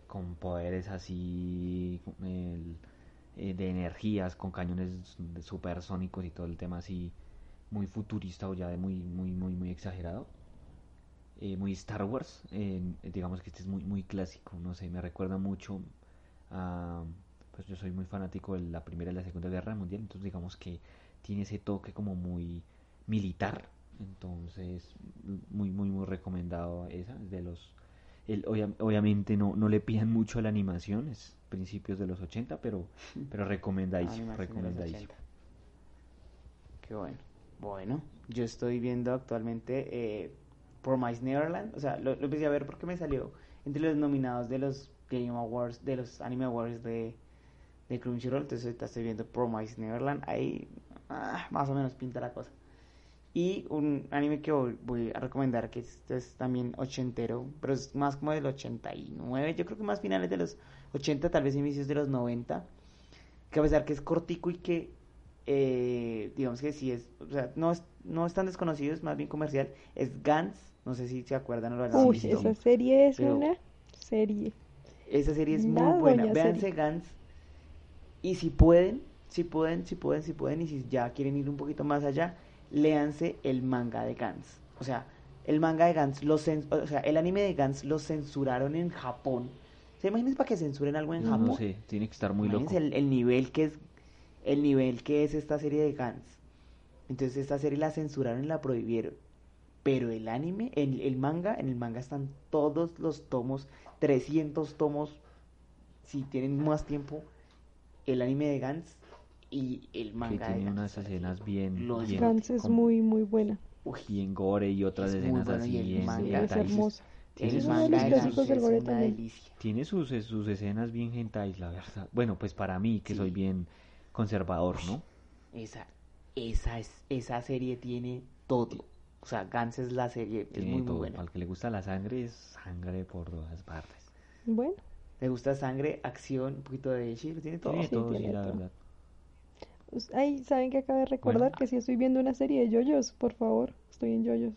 B: con poderes así con el- eh, de energías con cañones de supersónicos y todo el tema así muy futurista o ya de muy muy muy muy exagerado eh, muy Star Wars eh, digamos que este es muy muy clásico no sé me recuerda mucho a- pues yo soy muy fanático de la Primera y la Segunda Guerra Mundial, entonces digamos que tiene ese toque como muy militar, entonces muy muy muy recomendado esa, es de los el- obvia- obviamente no, no le pidan mucho a la animación, es principios de los 80, pero pero recomendadísimo,
A: Animación de los
B: recomendadísimo.
A: 80. Qué bueno. Bueno, yo estoy viendo actualmente eh, Promise Neverland. O sea, lo, lo empecé a ver porque me salió entre los nominados de los Game Awards, de los Anime Awards de, de Crunchyroll. Entonces ahorita estoy viendo Promise Neverland. Ahí ah, más o menos pinta la cosa. Y un anime que voy- voy a recomendar, que este es también ochentero, pero es más como del 89, yo creo que más finales de los 80, tal vez inicios de los 90, que a pesar que es cortico y que, eh, digamos que sí es, o sea, no es, no es tan desconocido, es más bien comercial, es Gans, no sé si se acuerdan o lo hablamos.
C: Uy,
B: sí,
C: esa
B: sí.
C: serie es
A: Pero-
C: una serie.
A: Esa serie es muy
C: Nada,
A: buena.
C: doña
A: Véanse
C: serie.
A: Gans. Y si pueden, si pueden, si pueden, si pueden, y si ya quieren ir un poquito más allá, léanse el manga de Gans. O sea, el manga de Gans, lo cen- o sea, el anime de Gans lo censuraron en Japón. ¿Se imaginan para que censuren algo en
B: No,
A: Japón?
B: no sé, tiene que estar muy loco.
A: Imagínense El, el nivel que es el nivel que es esta serie de Gans. Entonces esta serie la censuraron y la prohibieron. Pero el anime, el, el manga, en el manga están todos los tomos, 300 tomos, si tienen más tiempo, el anime de Gans y el
B: Que
A: manga de
B: tiene
A: Gantz.
B: unas escenas bien,
A: Lo
B: bien,
C: Gantz es
B: como-
C: muy, muy buena.
A: Uy,
B: bien gore y otras
A: Es muy
B: escenas
A: bueno y
B: así
A: el
B: bien
A: manga
C: Sí, es
B: detallistas.
C: hermosa.
B: Tiene
A: el
C: es
B: sus-
C: uno de
A: manga
C: los
A: de Gans
C: clásicos del
A: es
C: gore
A: una
C: también.
A: delicia.
B: Tiene sus, eh, sus escenas bien hentais, la verdad. Bueno, pues para mí, que soy
A: Sí.
B: bien conservador, ¿no?
A: Esa, esa, es, esa serie tiene todo. O sea, Gans es la serie, es
B: Tiene
A: muy, muy
B: todo.
A: buena.
B: Al que le gusta la sangre, es sangre por todas partes.
C: Bueno,
A: Me gusta sangre, acción, un poquito de shield, tiene todo.
B: Tiene
C: Sí,
B: todo, sí,
C: tiene
B: la
C: todo.
B: verdad.
C: us- ay, pues, ¿saben que acabo de recordar? Que sí estoy viendo una serie de yoyos, por favor. Estoy en yoyos.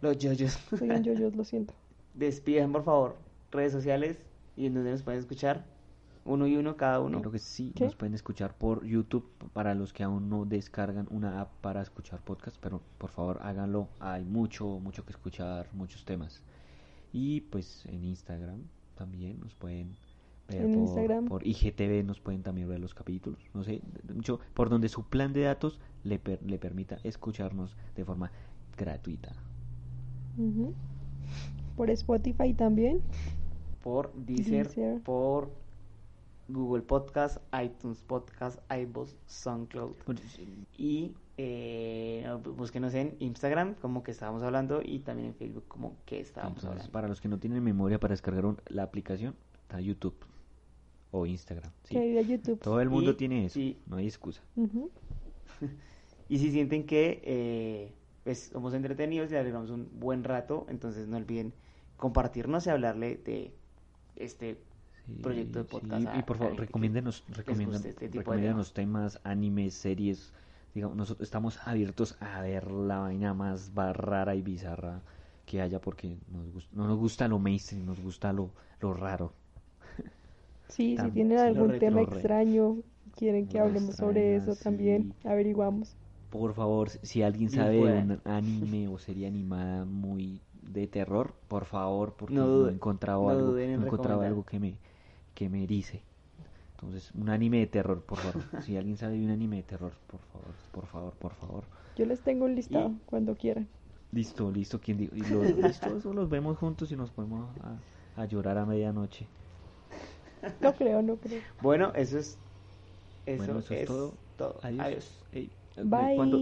A: Los yoyos.
C: Estoy en yoyos, lo siento.
A: Despidan, por favor, redes sociales y en donde nos pueden escuchar. Uno y uno cada uno.
B: Creo que sí,
C: ¿Qué?
B: nos pueden escuchar por YouTube para los que aún no descargan una app para escuchar podcast, pero por favor háganlo, hay mucho, mucho que escuchar, muchos temas. Y pues en Instagram también nos pueden ver
C: En
B: por,
C: Instagram.
B: por IGTV, nos pueden también ver los capítulos, no sé, de- mucho, por donde su plan de datos le, per- le permita escucharnos de forma gratuita.
C: Ujú. Por Spotify también.
A: Por Deezer,
C: Deezer.
A: por Google Podcast, iTunes Podcast, iVoox, SoundCloud. Y eh, búsquenos en Instagram, como que estábamos hablando, y también en Facebook, como que estábamos
B: Entonces,
A: hablando.
B: para los que no tienen memoria para descargar un- la aplicación, está YouTube o Instagram. ¿sí?
C: Que hay de YouTube.
B: Todo el mundo
A: Y-
B: tiene eso,
A: y-
B: no hay excusa.
C: Ujú.
A: Y si sienten que eh, pues, somos entretenidos y le alegramos un buen rato, entonces no olviden compartirnos y hablarle de este.
B: Sí,
A: Proyecto de
B: sí,
A: podcast a-
B: y por
A: a
B: favor,
A: gente que-
B: recomiéndenos,
A: les
B: recomiendan-
A: guste este tipo de
B: recomiéndanos temas, animes, series. Digamos, nosotros estamos abiertos a ver la vaina más ba- rara y bizarra que haya porque nos gus- no nos gusta lo mainstream, nos gusta lo, lo raro.
C: Sí, si
B: Tam-
C: tienen
B: sí, lo
C: algún
B: re-
C: tema
B: lo re-
C: extraño, quieren que
B: lo
C: hablemos sobre
B: extraña,
C: eso también,
B: sí.
C: averiguamos.
B: Por favor, si- si alguien
A: Bien
B: sabe de
A: fuera.
B: un anime o serie animada muy de terror, por favor, porque
A: No
B: no,
A: dude-
B: he encontrado
A: no
B: algo,
A: duden en
B: no he encontrado
A: recomendar.
B: algo que me que me erice. Entonces, un anime de terror, por favor. si alguien sabe de un anime de terror, por favor, por favor, por favor.
C: Yo les tengo un listado cuando quieran.
B: Listo, listo, quien digo, y lo- listo, eso los vemos juntos y nos ponemos a, a llorar a medianoche.
C: No creo, no creo.
A: Bueno, eso es. Eso,
B: Bueno, eso es todo.
A: todo.
B: Adiós.
A: Adiós.
B: Ey,
C: Bye.
B: ¿cuánto-